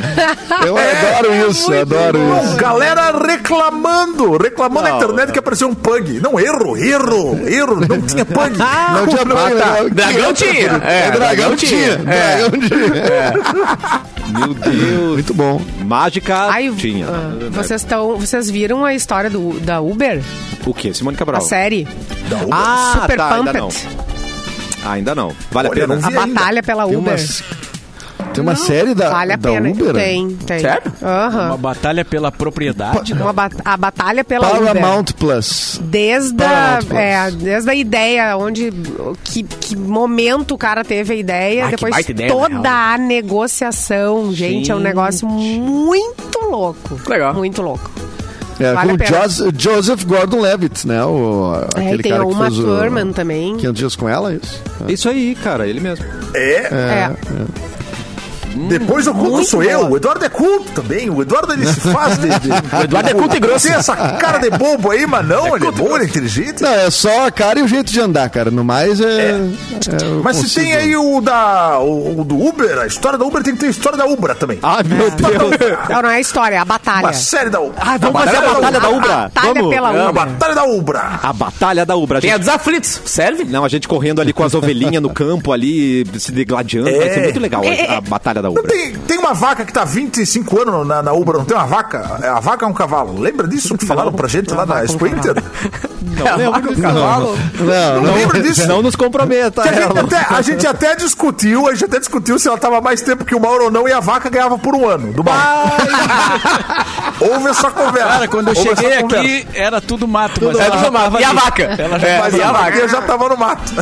Eu adoro isso, eu adoro isso.
Galera reclamando, reclamando na
Não,
internet que apareceu um pug. Não, erro, erro, erro, não tinha pug. tá.
Não tinha praia, né?
Dragão tinha.
É,
É,
dragão tinha. Dragão tinha.
Meu Deus.
Muito bom.
Mágica
Ai,
tinha.
ah, vocês, tão, vocês viram a história do, da Uber?
O que? Simone
A
Cabral.
série?
Ah,
é Super
tá, ainda
Pumped.
não. Ainda não. Vale
Olha,
a pena.
não
A
vi ainda.
batalha pela
Tem uma,
Uber.
tem uma série da,
Vale a
da
pena.
Uber? né?
Tem, tem.
Sério?
Aham.
Uma batalha pela propriedade.
Uma bat- a batalha pela Uber.
Paramount Plus.
Desde a,
Paramount Plus.
é, desde a ideia, onde que, que momento o cara teve a ideia,
Ah, que
depois
baita ideia,
toda
na real. né?
a negociação, gente, é um negócio muito louco.
Legal.
Muito louco.
É,
Vale a
com o
pena.
Jos- Joseph Gordon-Levitt, né? O,
É,
aquele
e tem
cara
a
que
Uma
fez o... né?
Thurman também.
500 dias com ela, é isso?
Isso aí, cara, ele mesmo.
É,
É.
depois o culto sou eu. O Eduardo é culto também. O Eduardo ele se faz de. de-
O Eduardo é culto e grosso.
Tem essa cara de bobo aí, mas não, ele é bom, ele é inteligente.
Não, é só a cara e o jeito de andar, cara. No mais é. é, eu
Mas se
consigo-
tem aí o da o, o do Uber, a história da Uber tem que ter a história da Ubra também.
Ai, Ah, meu Deus.
Não, não é a história, é a batalha.
Uma série da Ubra.
Ah, vamos fazer a batalha da Ubra.
batalha
vamos.
pela
A
Uber.
batalha da Ubra.
A batalha da Ubra. A
Tem a
gente...
dos aflitos, é serve?
Não, a gente correndo ali com as ovelhinhas no campo ali, se degladiando. Vai ser muito legal a, a batalha da
Não
Ubra.
tem, tem uma vaca que tá há 25 anos na, na Ubra, não tem uma vaca? É, A vaca é um cavalo. Lembra disso que falaram pra gente
é
lá na
um
Sprinter?
Não, lembro do
né? Cavalo.
Não,
Não
não. é,
lembra disso?
Não nos comprometa.
Que a,
É,
gente
ela.
até, a gente até discutiu, a gente até discutiu se ela tava mais tempo que o Mauro ou não, e a vaca ganhava por um ano do Mauro. Houve essa conversa.
Cara, quando eu
Houve essa
cheguei
conversa.
aqui, era um tudo mato. mas
É,
ela
do
tava
mato. E a
ali.
vaca?
Ela já
É,
tava
Mas
e
a
a vaca?
vaca já tava no mato.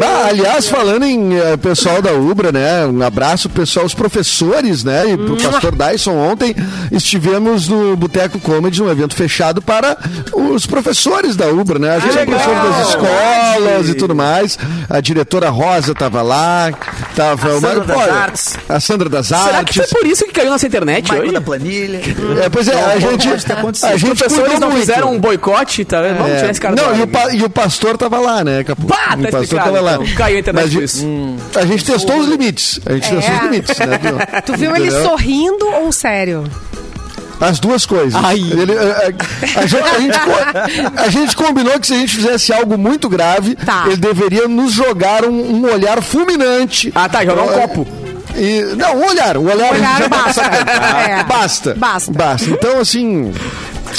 Bah, aliás, falando em eh, pessoal da Ubra, né? Um abraço pro pessoal, os professores, né? E pro pastor Dyson ontem estivemos no Boteco Comedy, um evento fechado para os professores da Ubra, né? A gente é professor das escolas e tudo mais. A diretora Rosa tava lá, tava a
Sandra das Artes.
a Sandra das
Será que
Artes.
foi por isso que caiu nossa internet
Michael
hoje?
da planilha.
É, pois é, a gente,
pode ter acontecido.
a
Os
gente
professores
cuidou
não
muito.
fizeram um boicote, tá vendo? Vamos
É,
tirar esse cara
não,
do
e
ar. né?
o, pa- e o pastor tava lá, né, Capu?
Pá, tá
o pastor
explicado, então. Caiu a internet
Mas
por
a-
isso.
hum, A gente testou os limites. A
É.
gente testou os limites, né? Bill?
Tu viu ele
Entendeu?
sorrindo ou sério?
As duas coisas.
Ai.
Ele- é, a, a- a gente, a gente co- a gente combinou que se a gente fizesse algo muito grave,
Tá.
ele deveria nos jogar um, um olhar fulminante.
Ah, tá, jogar um
Então,
copo.
E, não, um olhar. Um olhar,
Olhar basta. É.
basta.
Basta.
Basta. Então, assim,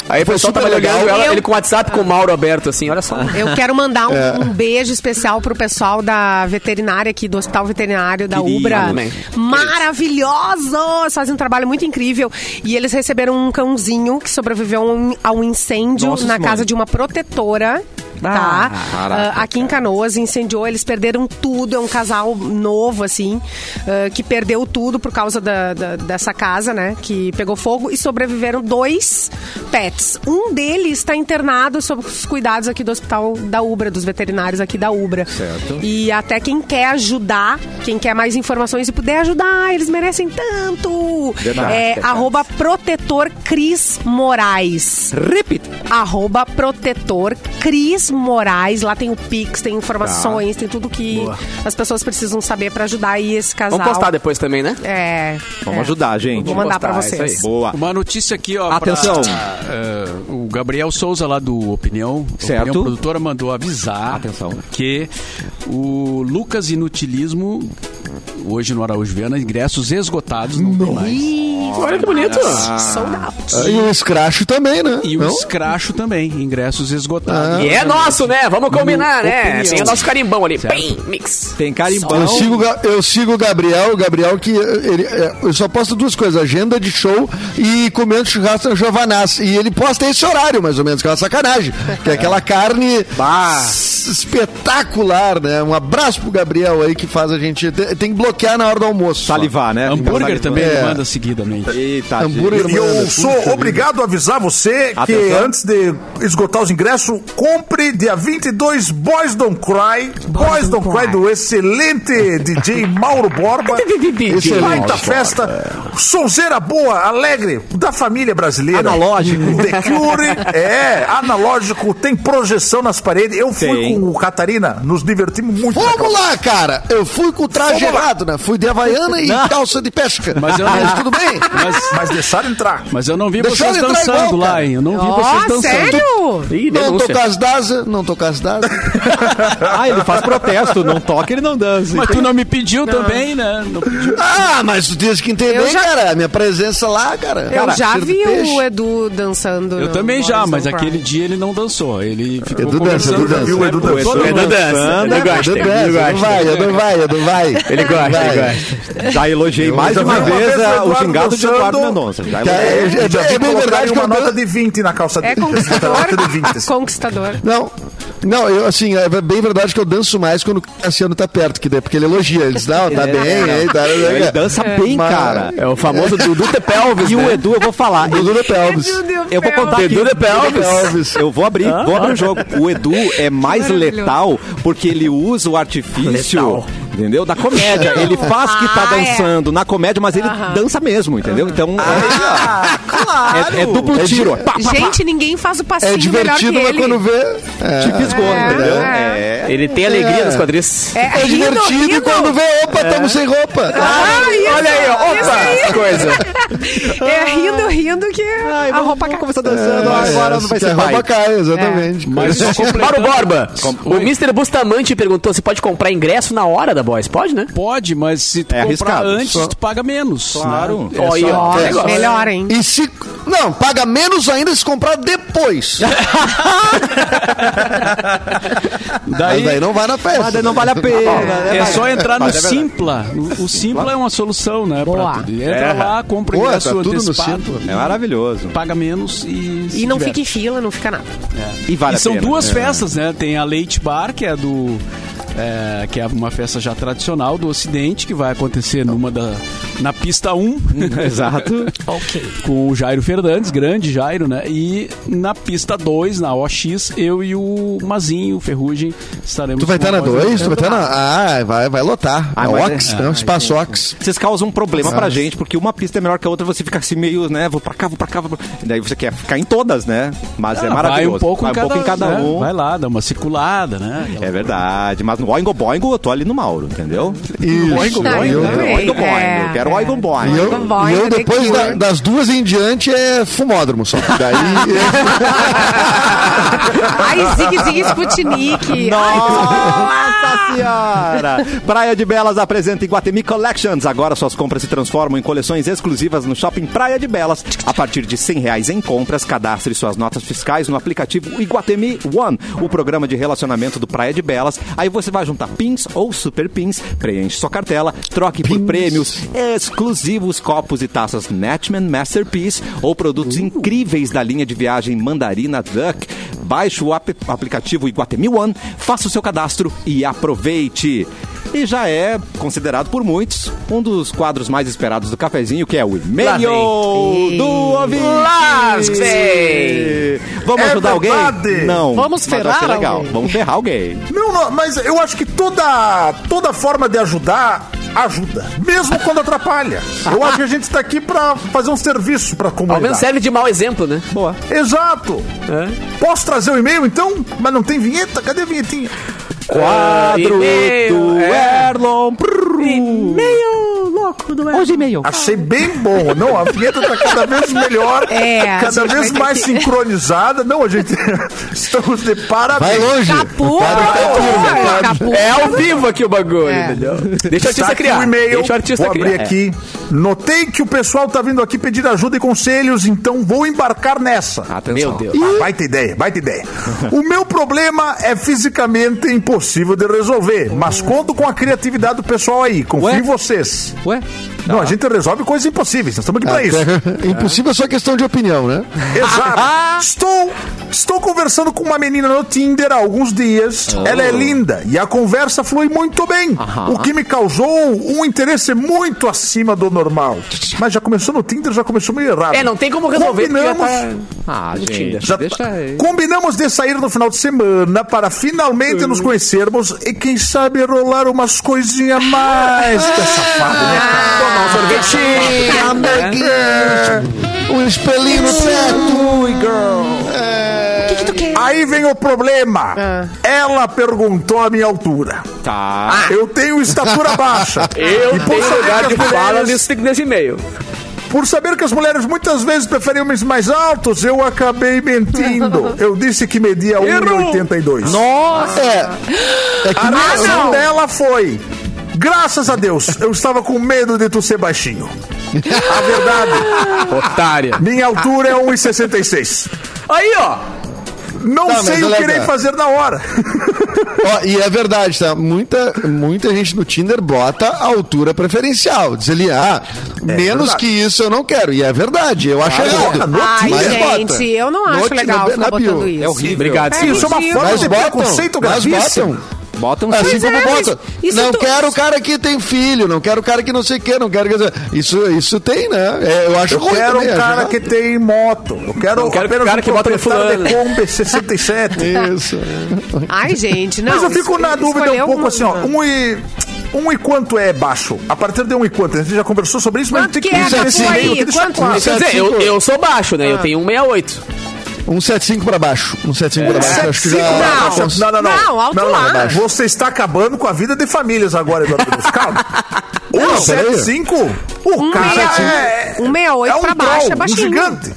Aí o
Foi
pessoal tava
super legal.
ligando ela,
Eu-
ele com o WhatsApp com o Mauro aberto, assim, olha só.
Eu quero mandar um,
É.
um beijo especial pro pessoal da veterinária aqui, do Hospital Veterinário da
Querido,
Ubra.
também.
Maravilhosos! Fazem um trabalho muito incrível. E eles receberam um cãozinho que sobreviveu a um- a um incêndio
Nossa
na
Senhora.
casa de uma protetora. Tá?
caraca,
Ah, aqui em Canoas, incendiou, eles perderam tudo. É um casal novo, assim, ah, que perdeu tudo por causa da- da- dessa casa, né? Que pegou fogo e sobreviveram dois pets. Um deles está internado sob os cuidados aqui do hospital da Ubra, dos veterinários aqui da Ubra.
Certo.
E até quem quer ajudar, quem quer mais informações e puder ajudar, eles merecem tanto.
Verdade,
é,
verdade.
arroba protetor Cris Moraes
Repita.
arroba protetor Cris Moraes. Lá tem o Pix, tem informações, tem tudo que as pessoas precisam saber pra ajudar aí esse casal.
Vamos postar depois também, né?
É.
Vamos
é.
ajudar, gente.
Vou mandar pra
postar, é
vocês.
isso
Boa.
Uma notícia aqui, ó.
Atenção.
pra, eh, o Gabriel Souza, lá do Opinião,
Certo.
Opinião Produtora, mandou avisar
Atenção.
que o Lucas Inutilismo, hoje no Araújo Viana, ingressos esgotados, não, tem mais.
Olha que bonito.
Sold out.
e o escracho também, né?
E o
Não?
escracho também, ingressos esgotados.
E é nosso, né? Vamos combinar,
No
né?
Ah. opinião.
Tem o nosso carimbão ali.
Certo.
Bem, mix.
Tem carimbão.
Eu sigo, o Ga- eu sigo o Gabriel, o Gabriel que eh, ele, eh, eu só posto duas coisas, agenda de show e comendo churrasco no Giovanás. E ele posta esse horário, mais ou menos, que é uma sacanagem. Que é aquela carne s- espetacular, né? Um abraço pro Gabriel aí que faz a gente. te- Tem, que bloquear na hora do almoço. só.
Salivar, né?
Hambúrguer
Salivar.
também
É.
ele manda seguida, né? Exatamente.
Eita,
Tambor
gente.
E eu sou obrigado a avisar você que
Atenção.
antes de esgotar os ingressos, compre dia 22 Boys Don't Cry. Boys Don't Cry do excelente DJ Mauro Borba.
Esse é
Baita
Mauro
festa, sonzeira boa, alegre, da família brasileira.
Analógico.
The Cure, é, analógico, tem projeção nas paredes. Eu fui
Tem.
com o Catarina, nos divertimos muito. naquela
Vamos lá, cara! Eu fui com o traje
Vamos lá.
errado, né? Fui de Havaiana e calça de pesca.
Mas eu-
tudo bem?
Mas,
Mas deixaram entrar.
mas eu não vi
Deixa
vocês
eu entrar
dançando
igual,
lá,
cara.
hein? Eu não vi vocês
Ó,
dançando.
sério?
Ih,
Não
denúncia.
tocar as dasas, não tocar as dasas.
Ah, ele faz protesto. Não toca, ele não dança.
Mas tu não me pediu também, né? Não pediu.
Ah, mas tu tens que entender,
Eu já-
cara. A minha presença lá, cara.
Eu
Cara,
já
tiro do
vi
peixe.
o Edu dançando.
Eu
no
também
Boys
já,
Don't
mas
Cry.
aquele dia ele não dançou. Ele ficou
Edu dança,
conversando. É,
Edu dança.
E o
O
Edu
Edu
dançando.
Edu dança.
dançando.
Ele gosta.
Edu dança,
Ele
Edu
gosta.
vai, Edu vai, Edu vai.
Ele gosta, ele
Vai.
gosta.
Já elogiei mais
já
uma
vi uma
vez,
vez o
a- o
Eduardo
xingado de
dançando.
Eduardo Mendonça. Já
Tá,
elogiei.
é, é,
Eu já
é
vi
bem
colocarem
verdade que
uma
eu
nota de 20 na calça
É
dele.
conquistador.
Nota de 20. assim.
conquistador.
Não, não, eu assim, é bem verdade que eu danço mais quando o Cassiano tá perto, que daí, porque ele elogia, ele diz, não,
É.
tá bem, aí, tá,
Ele dança bem,
Mas-
cara.
É o famoso Dudu The Pelvis.
E o
né?
Edu, eu vou falar.
Dudu da Pelvis. É
Meu Deus do
Eu vou
céu.
contar aqui.
Edu The Pelvis.
Elvis.
Eu vou abrir, vou abrir o jogo. O Edu é mais
Maravilhoso.
letal porque ele usa o artifício,
Letal.
entendeu? Da comédia. Ele faz que tá
Ah, é.
dançando na comédia, mas ele dança mesmo, entendeu? Então
Ah, claro.
é, é duplo tiro. ó. Pá, pá, pá.
Gente, ninguém faz o passinho
É divertido,
melhor
mas
que ele.
quando vê. É,
Te fisgou,
É,
entendeu?
é.
Ele tem alegria nos quadris.
É,
é divertido e quando vê, opa,
É.
tamo sem roupa.
Ah, isso,
Olha aí, ó.
isso aí.
opa, coisa.
É rindo, rindo que
Ai,
a tá
vamos,
É roupa
vamos
cai.
começar dançando.
Então
ah, agora não vai
que
ser
a é, roupa
pai.
cai, exatamente.
É.
Mas só
É. Mauro
completando-
Borba, o Mr. Bustamante perguntou se pode comprar ingresso na hora da Boys. Pode, né?
Pode, mas se tu
É
comprar
arriscado,
antes,
só-
tu paga menos. Claro.
Olha, ó,
Olha,
negócio.
é melhor, hein?
E se. Não, paga menos ainda se comprar depois.
Daí,
Mas daí não vai na festa.
Mas daí não vale a pena, né?
É só entrar no
Mas é verdade.
Simpla. O, o Simpla é uma solução, né?
Boa.
Pra tudo. Entra lá, compra
Boa, tá
ingresso
tudo no
antecipado,
É maravilhoso.
paga menos e. se
E não
diverte.
fica em fila, não fica nada.
E vale
E são
a pena.
duas
É.
festas, né? Tem a Leite Bar, que é do. é, que é uma festa já tradicional do Ocidente, que vai acontecer numa da. Na pista 1,
Hum, Exato.
com o Jairo Fernandes, grande Jairo, né? E na pista 2, na OX, eu e o Mazinho, o Ferrugem, estaremos.
Tu vai
com um.
estar na
nós.
2? Tu vai estar na. Ah, vai, vai lotar.
Ah,
é
mas
Ox,
é-
né? O espaço Ox.
Vocês causam um problema pra gente, porque uma pista é melhor que a outra, você fica assim meio, né? Vou pra cá, vou pra cá. Vou... pra- E daí você quer ficar em todas, né? Mas é
Ah,
maravilhoso.
Vai um pouco, em, cada, né?
um.
Vai lá, dá uma circulada, né?
É verdade, mas no Oingo Boingo eu tô ali no Mauro, entendeu?
Isso.
Não,
E
eu
eu,
também.
Oingo Boingo,
É,
eu quero
é.
Oingo
e
Boingo.
eu-
Oingo Boingo,
e eu
The
depois da-
Cure.
das duas em diante é fumódromo só. Daí.
Ai, Zig Zig Sputnik.
Nossa senhora! Praia de Belas apresenta Iguatemi Collections. Agora suas compras se transformam em coleções exclusivas no shopping Praia de Belas. A partir de R$ 100 reais em compras, cadastre suas notas fiscais no aplicativo Iguatemi One, o programa de relacionamento do Praia de Belas. Aí você vai juntar pins ou super pins, preenche sua cartela, troque por prêmios exclusivos, copos e taças Netman Masterpiece ou produtos incríveis da linha de viagem Mandarina Duck. Baixe o ap- aplicativo Iguatemi One, faça o seu cadastro e aproveite. E já é considerado por muitos um dos quadros mais esperados do cafezinho, que é o
Lá
e-mail
vem.
do ouvinte.
Lasque-se.
Vamos
É
ajudar alguém?
verdade.
Não.
Vamos
mas vai
ferrar
ser legal.
alguém?
Vamos ferrar alguém.
Não, não, mas eu acho que toda, toda forma de ajudar ajuda, mesmo quando atrapalha. Eu acho que a gente está aqui para fazer um serviço para a
Ao menos
comunidade.
serve de mau exemplo, né?
Boa.
Exato.
É.
Posso trazer o e-mail então? Mas não tem vinheta? Cadê a vinhetinha?
Quadro
e-mail,
do
é.
Erlon. Prrr.
Meio louco do Hoje e-mail.
Achei bem bom. Não, a vinheta tá cada vez melhor,
É, a
cada
gente vai
vez
ter
mais
que-
sincronizada. Não, a gente estamos de
Vai
parabéns.
longe.
Capu,
O quadro tá firme, o
Capu,
quadro.
Capu.
É ao vivo aqui o bagulho,
É.
entendeu? Deixa o
Está
artista
Tá aqui
criar.
o e-mail.
Deixa o artista
vou
criar.
abrir aqui. Notei que o pessoal tá vindo aqui pedir ajuda e conselhos, então vou embarcar nessa.
Atenção.
É, Meu Deus.
Ah, baita ideia, baita ideia. O meu problema é fisicamente impossível de resolver, mas conto com a criatividade do pessoal aí. Confio
Ué?
em vocês.
Ué?
Não,
Ah.
a gente resolve
Ah,
coisas
É.
impossíveis, nós estamos aqui pra isso.
Ah.
Impossível é só questão de opinião, né?
Exato. Estou Estou conversando com uma menina no Tinder há alguns dias.
Oh.
Ela é linda e a conversa flui muito bem, o que me causou um interesse muito acima do normal. Mas já começou no Tinder, já começou meio errado.
É, não tem como resolver porque já tá-
Combinamos-
Ah, gente,
já
deixa aí.
Combinamos de sair no final de semana para finalmente nos conhecermos e quem sabe rolar umas coisinhas mais. Tu é safado, né? cara?
Ah.
Tomar um
É.
sorvetinho.
Um espelhinho no teto.
O que, que tu quer?
Aí vem o problema. Ela perguntou a minha altura. Ah.
Tá.
Eu tenho estatura baixa.
Eu
E por
tenho
saber
lugar
que
de
as
fala
mulheres-
nesse, nesse e-mail.
Por saber que as mulheres muitas vezes preferem homens mais altos, eu acabei mentindo. Eu disse que media 1,82.
É
Ah,
que
A reação dela foi: Graças a Deus, eu estava com medo de tu ser baixinho. A verdade,
Otária.
minha altura é 1,66.
Aí, ó.
Não
Tá,
sei
mas
o
olha
que irei
cá.
fazer na hora.
Ó, e é verdade, tá? Muita, muita gente no Tinder bota a altura preferencial. Diz ele, ah,
É
menos
verdade.
que isso eu não quero. E é verdade, eu acho
Ah, bota
errado.
no
Ai,
Mas
gente,
bota.
eu não
No
acho
Tinder,
legal ficar
na bio.
botando isso.
É horrível.
Obrigado,
É
Ciro.
Isso é uma
ridículo.
forma
Mas
de preconceito
botam, mas
gravíssimo.
botam.
Botam
Assim
Pois
como
é, mas
bota.
isso
Não
tu-
quero o cara que tem filho, não quero o cara que não sei o que, não quero que. Isso, isso tem, né? É, eu acho
Eu
ruim
quero um
também, acho
cara
errado.
que tem moto. Eu quero,
Eu quero
apenas
o cara
um
que bota no
proprietário
fulano.
de Kombi 67.
Isso.
Ai, gente, não.
Mas eu fico na
es-
dúvida um
escolheu
pouco assim, ó. Um e... Um e quanto é baixo? A partir de um e quanto? A gente já conversou sobre isso, mas
Quanto
tem que
que é,
dizer
Gabu,
esse
aí?
meio aqui, deixa
Quanto?
claro.
Quer dizer, eu, eu sou baixo, né? Eu tenho 168.
175 pra baixo. 175 pra baixo, acho que já.
Não, não, não, não.
Não, alto lá.
Você está acabando com a vida de famílias agora, Eduardo Cruz. Calma.
Não,
175? O cara é.
168
é um
pra baixo
troll,
é baixinho.
Um gigante.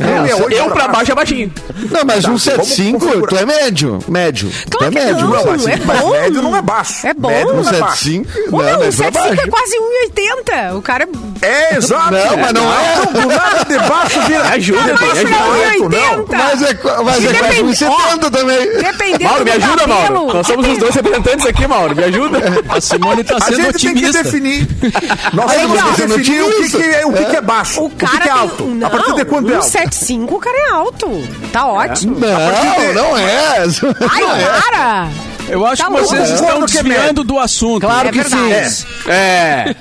Um
Eu pra baixo é baixinho.
Não, mas
Tá, vamos
175, tu
configurar.
é médio. Médio.
Claro
tu é
que
médio.
não,
mas
é
assim,
Mas
bom.
médio não é baixo.
É bom.
Médio não é baixo.
175,
Ô,
não,
não, o
mas é
75 é
baixo.
quase 1,80. O cara
É, exato.
Não, mas não é.
Não, do nada de baixo vira.
ajuda,
de
me
é baixo
ajuda.
vira alto, não.
1,80.
Mas é, qua- mas
Se
é quase
depende-
170 também.
dependendo
Mauro, me
do
ajuda,
cabelo.
Mauro. Nós somos os dois representantes aqui, Mauro. Me ajuda.
A Simone tá
A
sendo
gente tem que
otimista.
definir. Nós
Aí,
temos
ó,
que definir o que,
isso.
que é, o que, que é baixo.
O cara
que, que
tem-
é
um
alto.
Não,
a partir de quando é alto?
175, o cara é alto. Tá ótimo.
Não, não é.
Ai, para!
Eu acho
Tá
que vocês
louco.
estão
Concordo que é
desviando do assunto.
é verdade.
É.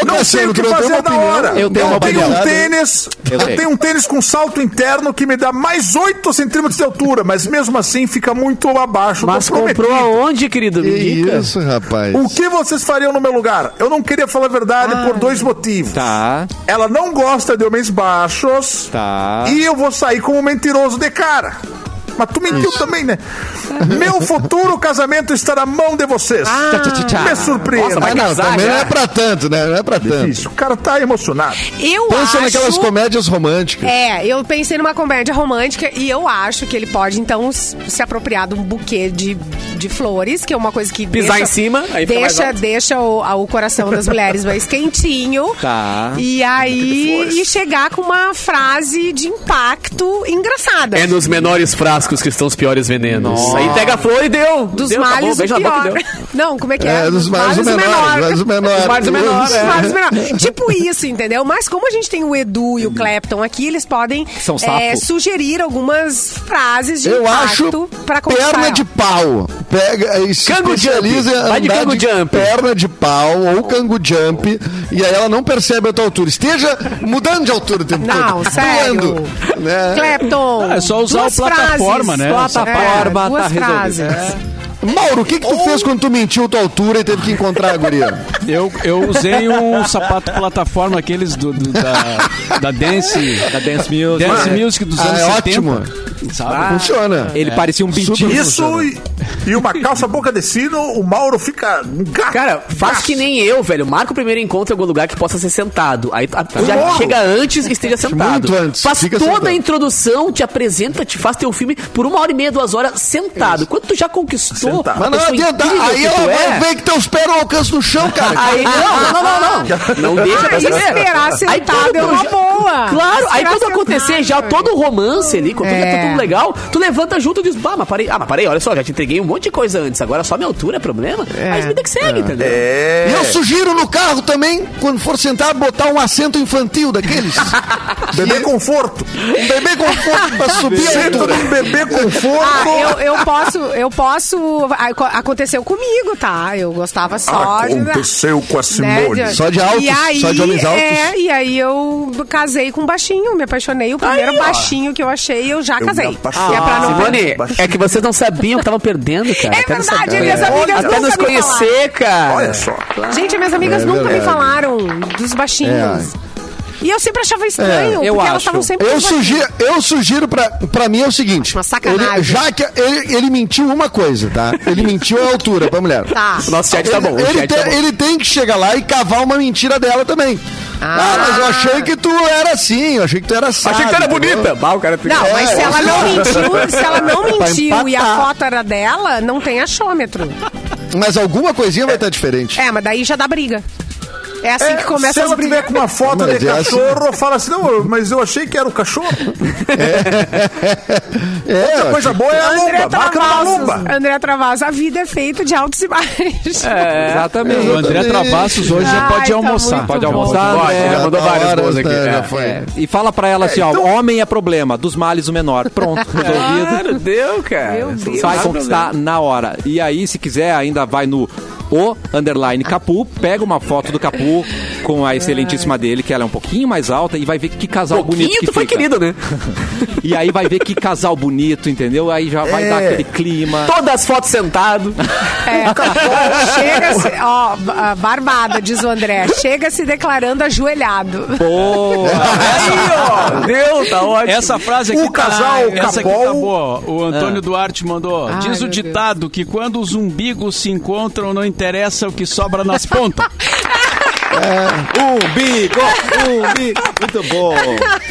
Ô,
Não sei
Cassiano,
o que
tu não tem uma
fazer na
opinião?
hora.
Eu tenho
eu
uma
tenho um
opinião.
tênis. Eu,
sei.
tenho um tênis com salto interno que me dá mais 8 centímetros de altura, mas mesmo assim fica muito abaixo
Mas
do prometido.
comprou aonde, querido? Me
Que
diga.
isso, rapaz.
O que vocês fariam no meu lugar? Eu não queria falar a verdade por dois motivos.
Tá.
Ela não gosta de homens baixos.
Tá.
E eu vou sair como um mentiroso de cara. Mas tu mentiu também, né? Meu futuro casamento está na mão de vocês. Me surpreenda.
Ah, não, também não é pra tanto, né? Não é pra tanto.
Isso, o cara tá emocionado.
Eu
Pensa naquelas
acho...
comédias românticas.
É, eu pensei numa comédia romântica e eu acho que ele pode, então, s- se apropriar de um buquê de, de flores, que é uma coisa que.
Pisar em cima, aí fica mais
Deixa,
alto.
deixa o, a- o coração das mulheres mais quentinho.
Tá.
E aí. E chegar com uma frase de impacto engraçada.
É nos menores frascos que estão os piores venenos. Aí pega a flor e deu.
Dos
deu,
males o
acabou, beijo na boca
pior.
e deu.
Não, como é que é?
É, dos mais o menor. Dos mais o menor.
Dos mais o menor,
Isso.
é.
Os males menores. Tipo isso, entendeu? Mas como a gente tem o Edu
Uhum.
e o Clapton aqui, eles podem é,
São sapo.
sugerir algumas frases de
Eu acho
impacto pra conquistar
perna
ela.
de pau. Pega e se
Cango
especializa
jump.
em
Vai de
andar
cango jump.
perna de pau ou cango jump e aí ela não percebe a tua altura. Esteja mudando de altura o tempo
Não,
todo.
sério.
Doando, né?
Clapton.
Ah, é só usar
duas
o plataforma,
frases.
né?
Plataforma,
É, duas
tá resolvido.
frases. é.
Mauro, o que, que tu fez quando tu mentiu tua altura e teve que encontrar a guria?
Eu, eu usei um sapato plataforma, aqueles do, do- da, da Dance.
Da Dance Music.
Dance
É.
Music dos
Ah,
anos É.
é
70.
ótimo. Ah,
Sabe?
Funciona. É.
Ele parecia um
Super
bitinho.
Isso e, e uma calça boca de sino, o Mauro fica um gato.
Cara, faz
gato.
que nem eu, velho. Marca o primeiro encontro em algum lugar que possa ser sentado. Aí tu- tu já
Claro.
chega antes e esteja sentado.
Tá. Muito antes,
Faz
fica
toda
sentado.
a introdução, te apresenta, te faz teu filme por uma hora e meia, duas horas sentado. Quando tu já conquistou,
Sentado.
a
Mas Ah, não
pessoa
adianta.
incrível
Aí
que
ela
tu
vai
é,
ver que teus pés não alcançam no chão, cara.
Aí, não, não, não, não, não. Não deixa
Ah,
pra
esperar
Aí
sentado
quando
é
tu
uma
já-
boa. boa.
Claro, aí
Será
quando
que eu
acontecer
trago?
já todo o romance ali, quando
É.
já tá tudo legal, tu levanta junto e diz, bah, mas parei, ah, mas parei, olha só, já te entreguei um monte de coisa antes, agora só minha altura é problema,
É.
mas vida que segue, entendeu?
É.
E eu sugiro no carro também, quando for sentar, botar um assento infantil daqueles.
Bebê conforto.
Um bebê conforto pra subir a
Senta
altura.
num bebê conforto.
Ah, eu, eu posso, eu posso. ai, co- Aconteceu comigo, tá? Eu gostava só
Ah,
de.
Aconteceu com a Simone.
né, de-
Só de altos,
e aí,
só de homens altos.
É, e aí eu casei com um baixinho, me apaixonei. O primeiro baixinho que eu achei, eu já
Eu
casei.
me apaixonei.
E é pra não
Simone,
Baixinho.
é que vocês não sabiam que estavam perdendo, cara.
É
Até nos-
verdade, minhas
é.
amigas
Até
nunca
nos
me
conhecer, cara.
Olha só.
Gente, minhas amigas
É
nunca me
verdade. É.
falaram dos baixinhos. E eu sempre achava estranho,
eu
porque elas
acho.
estavam sempre.
Eu
com baixinho.
sugiro, eu sugiro pra, pra mim é o seguinte.
Uma sacanagem.
Ele, já que ele, ele mentiu uma coisa, tá? Ele mentiu a altura pra mulher.
Tá.
O nosso chat tá bom, o
ele,
chat
tem,
tá bom.
ele tem que chegar lá e cavar uma mentira dela também. Ah, mas eu achei que tu era assim, eu achei que tu era assim.
Achei que tu era bonita. Bah, o cara fica-
Não, mas se ela não mentiu, se ela não
Pra
mentiu e a
empatar.
foto era dela, não tem achômetro.
Mas alguma coisinha vai estar diferente.
É, mas daí já dá briga. É assim que
se
começa as
ela tiver
brigas.
com uma foto
Mas
de
é assim.
cachorro, fala assim, não, mas eu achei que era o cachorro.
É, eu
Coisa boa é a
André
lomba, marca na
Travassos,
lomba.
André Travassos, a vida é feita de altos e baixos.
É, exatamente.
O André Travassos hoje já
Ai,
pode
tá
almoçar.
muito
Pode
bom.
almoçar.
Pode,
já
já mandou
tá
várias
horas,
boas aqui.
tá, já
é.
foi.
É, E fala pra ela assim, ó,
então-
homem é problema, dos males o menor. Pronto, resolvido.
Claro, deu, cara.
Meu Deus.
Sai
Sai conquistar na hora. E aí, se quiser, ainda vai no o underline Capu, pega uma foto do Capu com a excelentíssima dele, que ela é um pouquinho mais alta, e vai ver que casal bonito
pouquinho
que
tu foi
fica.
querido, né?
E aí vai ver que casal bonito, entendeu? Aí já vai
É.
dar aquele clima.
Todas as fotos sentado.
É. Chega a se, ó, b- a barbada, diz o André. Chega se declarando ajoelhado.
Boa!
Aí, ó. Deu, tá ótimo.
Essa frase aqui
O casal
tá, essa aqui
Capol-
tá boa. O Antônio Duarte mandou.
Ai,
Diz o
meu
ditado que quando os umbigos se encontram, não interessa o que sobra nas pontas.
Um umbigo! Umbigo! um Muito bom!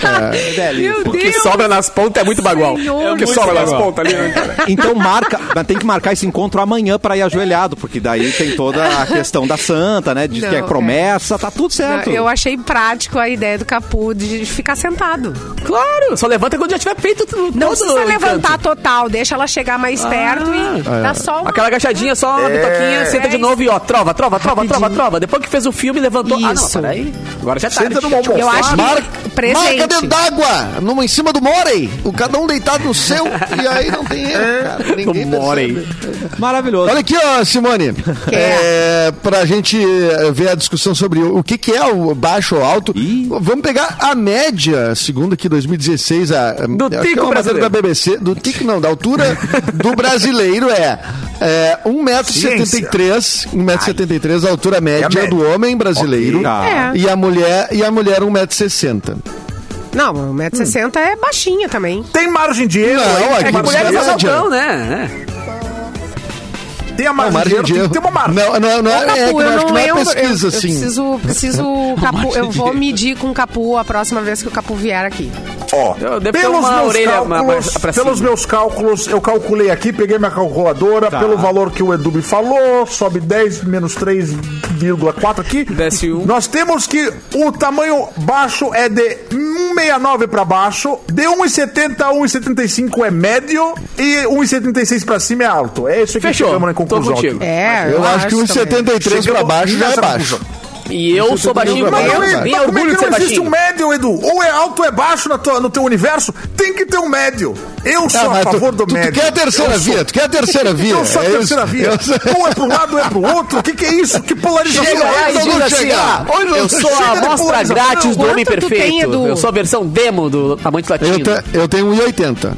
É,
Meu
O que sobra nas pontas é muito bagual.
Senhor
É o que
do
sobra
céu.
nas pontas ali, né, cara?
Então marca, mas tem que marcar esse encontro amanhã pra ir ajoelhado, porque daí tem toda a questão da santa, né? Diz
Não,
que é
é.
promessa, tá tudo certo.
Eu achei prático a ideia do Capu de ficar sentado.
Claro, só levanta quando já tiver feito tudo.
Não precisa levantar total, deixa ela chegar
Ah,
mais perto e
é.
dá só um- uma...
Aquela agachadinha, só uma bitoquinha, senta de
É
novo e ó, trova, trova, trova, trova,
Rapidinho.
trova. Depois que fez o filme, levantou. Ah, não,
Isso.
peraí. Agora já tá.
Senta no bom
Eu acho
Marca,
que presente.
marca dentro d'água, numa em cima do Morey. O cada um deitado no seu, e aí não tem erro, cara. Ninguém
Morey.
percebe.
Maravilhoso.
Olha aqui, ó, Simone. É, pra gente eh, ver a discussão sobre o o que, que é o baixo ou alto,
Ih.
vamos pegar a média, segundo aqui 2016, a, eh, do
tico brasileiro.
é da BBC, do tico não, da altura do brasileiro é, é 1,73m, 1,73m a altura média,
média.
do homem brasileiro
tá.
É.
e a mulher e a mulher 1,60m.
Não,
Hum.
1,60m é baixinha também.
Tem margem de erro.
Não,
aí,
aqui
tem
não
margem
Mulher
de
é
Média.
saltão, né?
erro. Tem a
A
margem,
margem
de erro, tem que ter uma margem.
Não, não, não,
Ô,
é, que eu acho que não é
lembro,
pesquisa,
eu,
assim.
Eu preciso, preciso Capu, eu vou medir com o Capu a próxima vez que o Capu vier aqui.
Ó,
Eu devo ter
pelos
uma
meus
orelha
cálculos,
pra- pra
pelos
cima.
meus cálculos, eu calculei aqui, peguei minha calculadora, pelo valor que o Edu me falou, sobe 10 menos 3,4 aqui.
Desce um.
Nós temos que o tamanho baixo é de 1,69 pra baixo, de 1,70 a 1,75 é médio e 1,76 pra cima é alto. É isso aqui
Fechou.
que chegamos na
Tô
conclusão. aqui.
contigo.
É,
Eu acho que
também.
1,73 pra
Chegamos
baixo já é
nessa
baixo.
conclusão.
E eu sou baixinho,
Mas
mas
não
eu
é-
Mas
mas
tenho
como é
orgulho
que
de ser
não existe um
baixinho.
médio, Edu? Ou é alto ou é baixo na tua- no teu universo? Tem que ter um médio. Eu
Tá,
sou a
mas tu-
favor do
tu, tu
médio.
quer a terceira
Eu sou-
via? Tu quer a terceira via?
Eu sou a
É
terceira
isso.
via.
Eu sou-
Ou é pro lado ou é pro outro? O que, que é isso? Que polarização
Chega lá
é
e
essa?
Onde
diz
não
assim,
chegar?
ó,
Onde não
eu sou
chega
a
de
amostra
polarização?
grátis do
Quanto
homem
tu tem,
perfeito.
Edu?
Eu sou a versão demo do Amante Latino.
Eu, te- eu tenho 1,80.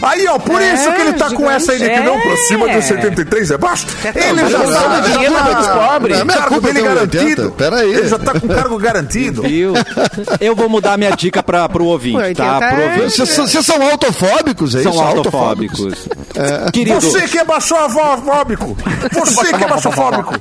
Aí, ó, por
É,
isso que ele tá com
gigante.
essa aí de que não pra cima
É.
de 73 é baixo. Ele
mas
já
um
eu sou
sabe.
do dinheiro
já tá
dos
com
pobres.
o
Não é minha
cargo
culpa
dele
ter um 80,
garantido.
peraí.
Ele já tá com o cargo garantido.
Viu? Eu vou mudar minha dica pra, pro ouvinte, tá?
80
Pro
é-
ouvinte.
Vocês vocês são autofóbicos, é
São
isso?
autofóbicos. Querido,
Você que é baixofóbico. Você que é baixofóbico.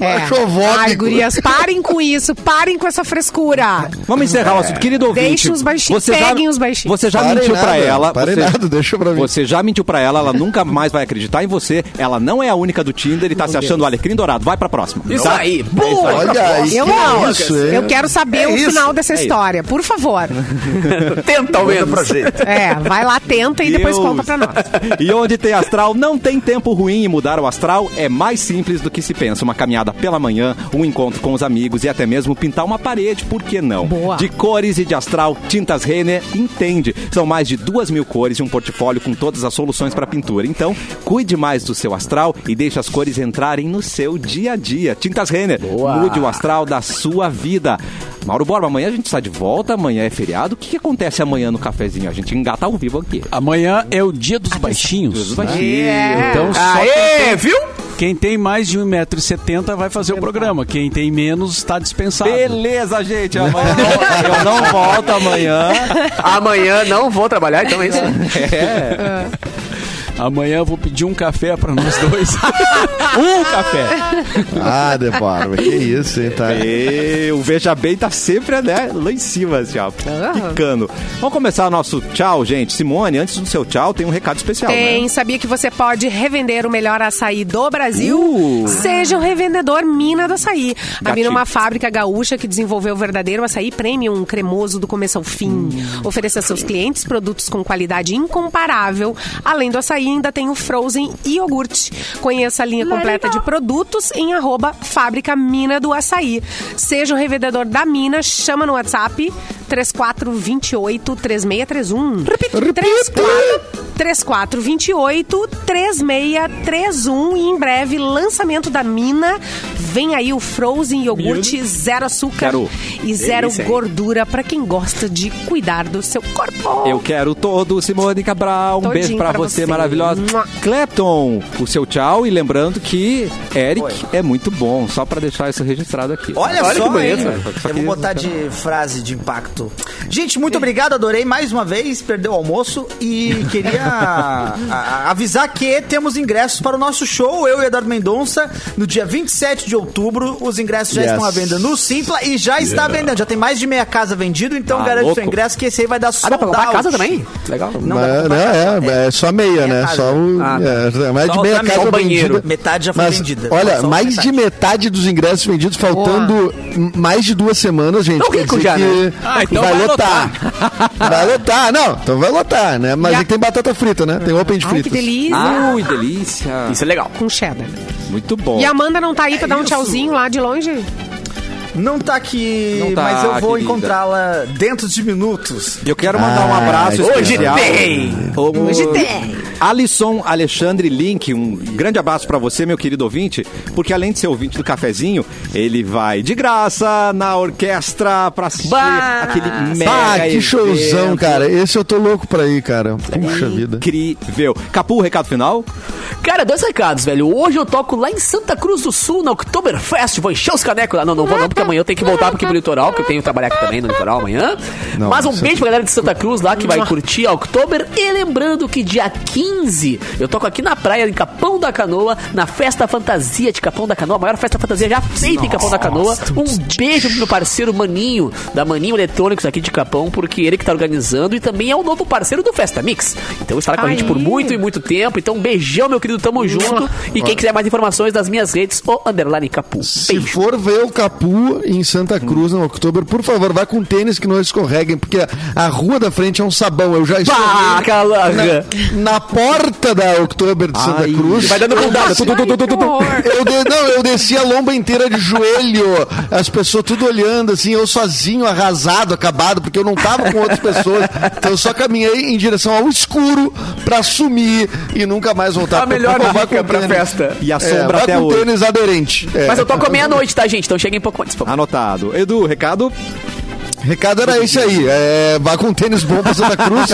É.
Baixovóbico.
Ai, gurias, parem com isso, parem com essa frescura.
vamos encerrar o assunto. Querido ouvinte,
Deixa os baixinhos,
você já,
peguem os baixinhos.
Você já
É. Parem
mentiu
nada,
pra ela.
parem
você,
nada, deixa deixa pra mim.
Você já mentiu pra ela, ela nunca mais vai acreditar em você. Ela não é a única do Tinder e tá se achando o alecrim dourado. Vai pra próxima.
Isso
Tá?
aí, boa!
Olha aí,
Eu
que
não.
isso, hein?
eu quero saber
É
o
isso,
final dessa história, por favor.
Tenta ao
Manda
menos.
pra gente.
É, vai lá, tenta e depois
Deus.
conta pra nós.
E onde tem astral, não tem tempo ruim e mudar o astral é mais simples do que se pensa. Uma caminhada pela manhã, um encontro com os amigos e até mesmo pintar uma parede, por que não?
Boa.
De cores e de astral, Tintas Renner entende. São mais de duas mil cores e um portfólio com todas as soluções para pintura. Então, cuide mais do seu astral e deixe as cores entrarem no seu dia a dia. Tintas Renner,
Boa.
mude o astral da sua vida. Mauro Borba, amanhã a gente está de volta, amanhã é feriado. O que, que acontece amanhã no cafezinho? A gente engata ao vivo aqui.
Amanhã é o dia dos baixinhos. né? Então, só
Aê, viu?
quem tem mais de 1,70m vai fazer o programa. Quem tem menos está dispensado.
Beleza, gente. Amanhã eu não- eu não volto amanhã.
Amanhã não vou trabalhar, então é isso.
É.
Amanhã eu vou pedir um café para nós dois.
Um café.
Ah, Debora, que isso, hein, tá?
E o Veja Bem tá sempre né, lá em cima, assim, ó, picando. Vamos começar nosso tchau, gente. Simone, antes do seu tchau, tem um recado especial,
Tem,
né?
sabia que você pode revender o melhor açaí do Brasil?
Uh!
Seja um revendedor Mina do Açaí. A
Gatilho.
Mina é uma fábrica gaúcha que desenvolveu o verdadeiro açaí premium cremoso do começo ao fim.
Hum.
Ofereça a seus clientes produtos com qualidade incomparável. Além do açaí, ainda tem o Frozen e iogurte. Conheça a linha completa de produtos em arroba Fábrica Mina do Açaí. Seja um revendedor da Mina, chama no WhatsApp 3428 3631. 34 3428 3631 e em breve lançamento da Mina. Vem aí o Frozen iogurte zero açúcar
Quero.
e zero
Delícia, hein?
gordura pra quem gosta de cuidar do seu corpo.
Eu quero todo, Simone Cabral. Um
Todinho
beijo pra,
pra
você,
você.
maravilhosa.
Mua.
Clapton, o seu tchau. E lembrando que Eric é muito bom, só pra deixar isso registrado aqui.
Olha, só,
que bonito,
hein?
velho.
Só
Eu vou
que-
botar de frase de impacto. Gente, muito obrigado, adorei mais uma vez, perdeu o almoço e queria a- a- avisar que temos ingressos para o nosso show, eu e Eduardo Mendonça, no dia 27 de outubro. Os ingressos já
Yes.
estão à venda no Simpla e já está vendendo, já tem mais de meia casa vendido, então
Tá
garante
louco.
seu ingresso que esse aí vai dar
Ah,
sold
dá pra comprar
out.
casa também? Legal.
Não, dá pra
Mas,
comprar
não,
casa.
é, é só meia, né?
casa.
Só o. é, mais
Só
de meia
outra
casa
meia. Só o
vendida.
banheiro. Metade já foi
Mas,
vendida.
Olha,
Só um
mais
metade.
de metade dos ingressos vendidos, faltando m- mais de duas semanas, gente.
Não
Quer
rico
dizer
já,
que
né?
Ah, então
vai
vai
lotar. vai lotar, não. Então vai lotar, né? Mas
E a-
é que tem batata frita, né? Tem open de
Ai, que
fritas.
delícia.
Ai, delícia. É
Isso é legal.
Com cheddar.
Muito bom.
E a Amanda não tá aí pra dar um tchauzinho lá de longe?
Não tá aqui,
Não tá,
mas eu vou
querida.
encontrá-la dentro de minutos.
Eu quero mandar um
Ah,
abraço
Hoje
especial.
tem!
O-
Hoje tem.
Alisson Alexandre Link, um grande abraço pra você, meu querido ouvinte, porque além de ser ouvinte do cafezinho, ele vai de graça na orquestra pra assistir
Bah!
aquele mega
Ah, que
evento.
showzão, cara. Esse eu tô louco pra ir, cara. Puxa vida.
Incrível. Capu, recado final?
Cara, dois recados, velho. Hoje eu toco lá em Santa Cruz do Sul, na Oktoberfest. Vou encher os canecos lá. Não, não vou não, porque amanhã eu tenho que voltar aqui pro litoral, que eu tenho que trabalhar aqui também no litoral amanhã.
Não,
Mas um
você-
beijo pra galera de Santa Cruz lá que vai curtir a Oktober. E lembrando que dia 15 eu toco aqui na praia, em Capão da Canoa, na Festa Fantasia de Capão da Canoa, a maior festa fantasia já feita em Capão da Canoa. Um beijo pro meu parceiro Maninho, da Maninho Eletrônicos aqui de Capão, porque ele que tá organizando e também é o novo parceiro do Festa Mix. Então estará com a gente por
Aí.
muito e muito tempo. Então, um beijão, meu querido. Tamo junto. E quem quiser mais informações das minhas redes, o Underline Capu.
Se
Beijo.
for ver o Capu em Santa Cruz no outubro, por favor, vá com tênis que não escorreguem, porque a- a rua da frente é um sabão. Eu já estou
Bah, calanga.
na porta da outubro de Santa
Ai,
Cruz.
Vai dando bundada. Tu, tu, tu, tu, tu, tu, tu.
Eu de- não, eu desci a lomba inteira de joelho, as pessoas tudo olhando, assim, eu sozinho, arrasado, acabado, porque eu não tava com outras pessoas. Então eu só caminhei em direção ao escuro pra sumir e nunca mais voltar.
A melhor
Então, vá
dica
com
pra
tênis.
festa.
E a
É,
sombra
vá
até
com
hoje.
tênis aderente. É.
Mas eu toco à meia-noite, tá, gente? Então cheguem um pouco antes. por favor.
Anotado. Edu, recado?
Recado era esse aí. É, vá com tênis bom pra Santa Cruz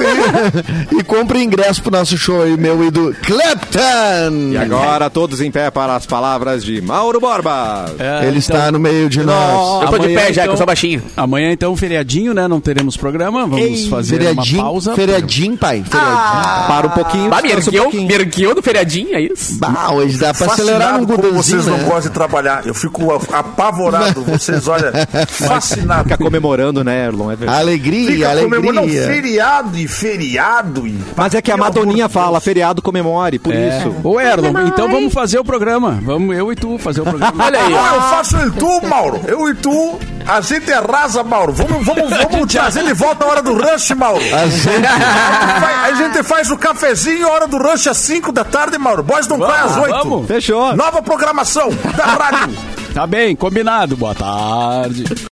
e, e, e compre ingresso pro nosso show aí, meu e do Clapton.
E agora, todos em pé para as palavras de Mauro Borba.
É, então,
Ele está no meio de nós.
Eu tô de
Amanhã,
pé já, que eu
então-
sou baixinho.
Amanhã então feriadinho, né? Não teremos programa, vamos fazer uma
Feriadinho,
pausa.
feriadinho, pai. Feriadinho.
Para um pouquinho.
Bah, me
descansa um
ergueu,
pouquinho.
me ergueu no feriadinho, é isso?
Bah, Ah, hoje dá pra acelerar um
como
gudanzinho,
vocês não
né?
gostam de trabalhar. Eu fico a- apavorado. Vocês, olha, fascinado.
fica comemorando, né, Erlon? É
Ah.
verdade.
Alegria,
Fica comemorando
alegria.
feriado e feriado. E
Mas é que a
Pelo
Madoninha
amor de
fala,
Deus.
feriado comemore, por
É.
isso.
Ô, Erlon,
Comemore.
então vamos fazer o programa. Vamos eu e tu fazer o programa. Olha aí.
Não, Ah, eu faço eu e tu, Mauro. Eu e tu, a gente arrasa, Mauro. Vamos, vamos, vamos trazer ele de volta a hora do rush, Mauro.
A gente-
Vai- A gente faz o cafezinho, a hora do rush às 5 da tarde, Mauro. Boys não vai às 8.
vamos.
Fechou.
Nova programação da rádio.
Tá bem, combinado. Boa tarde.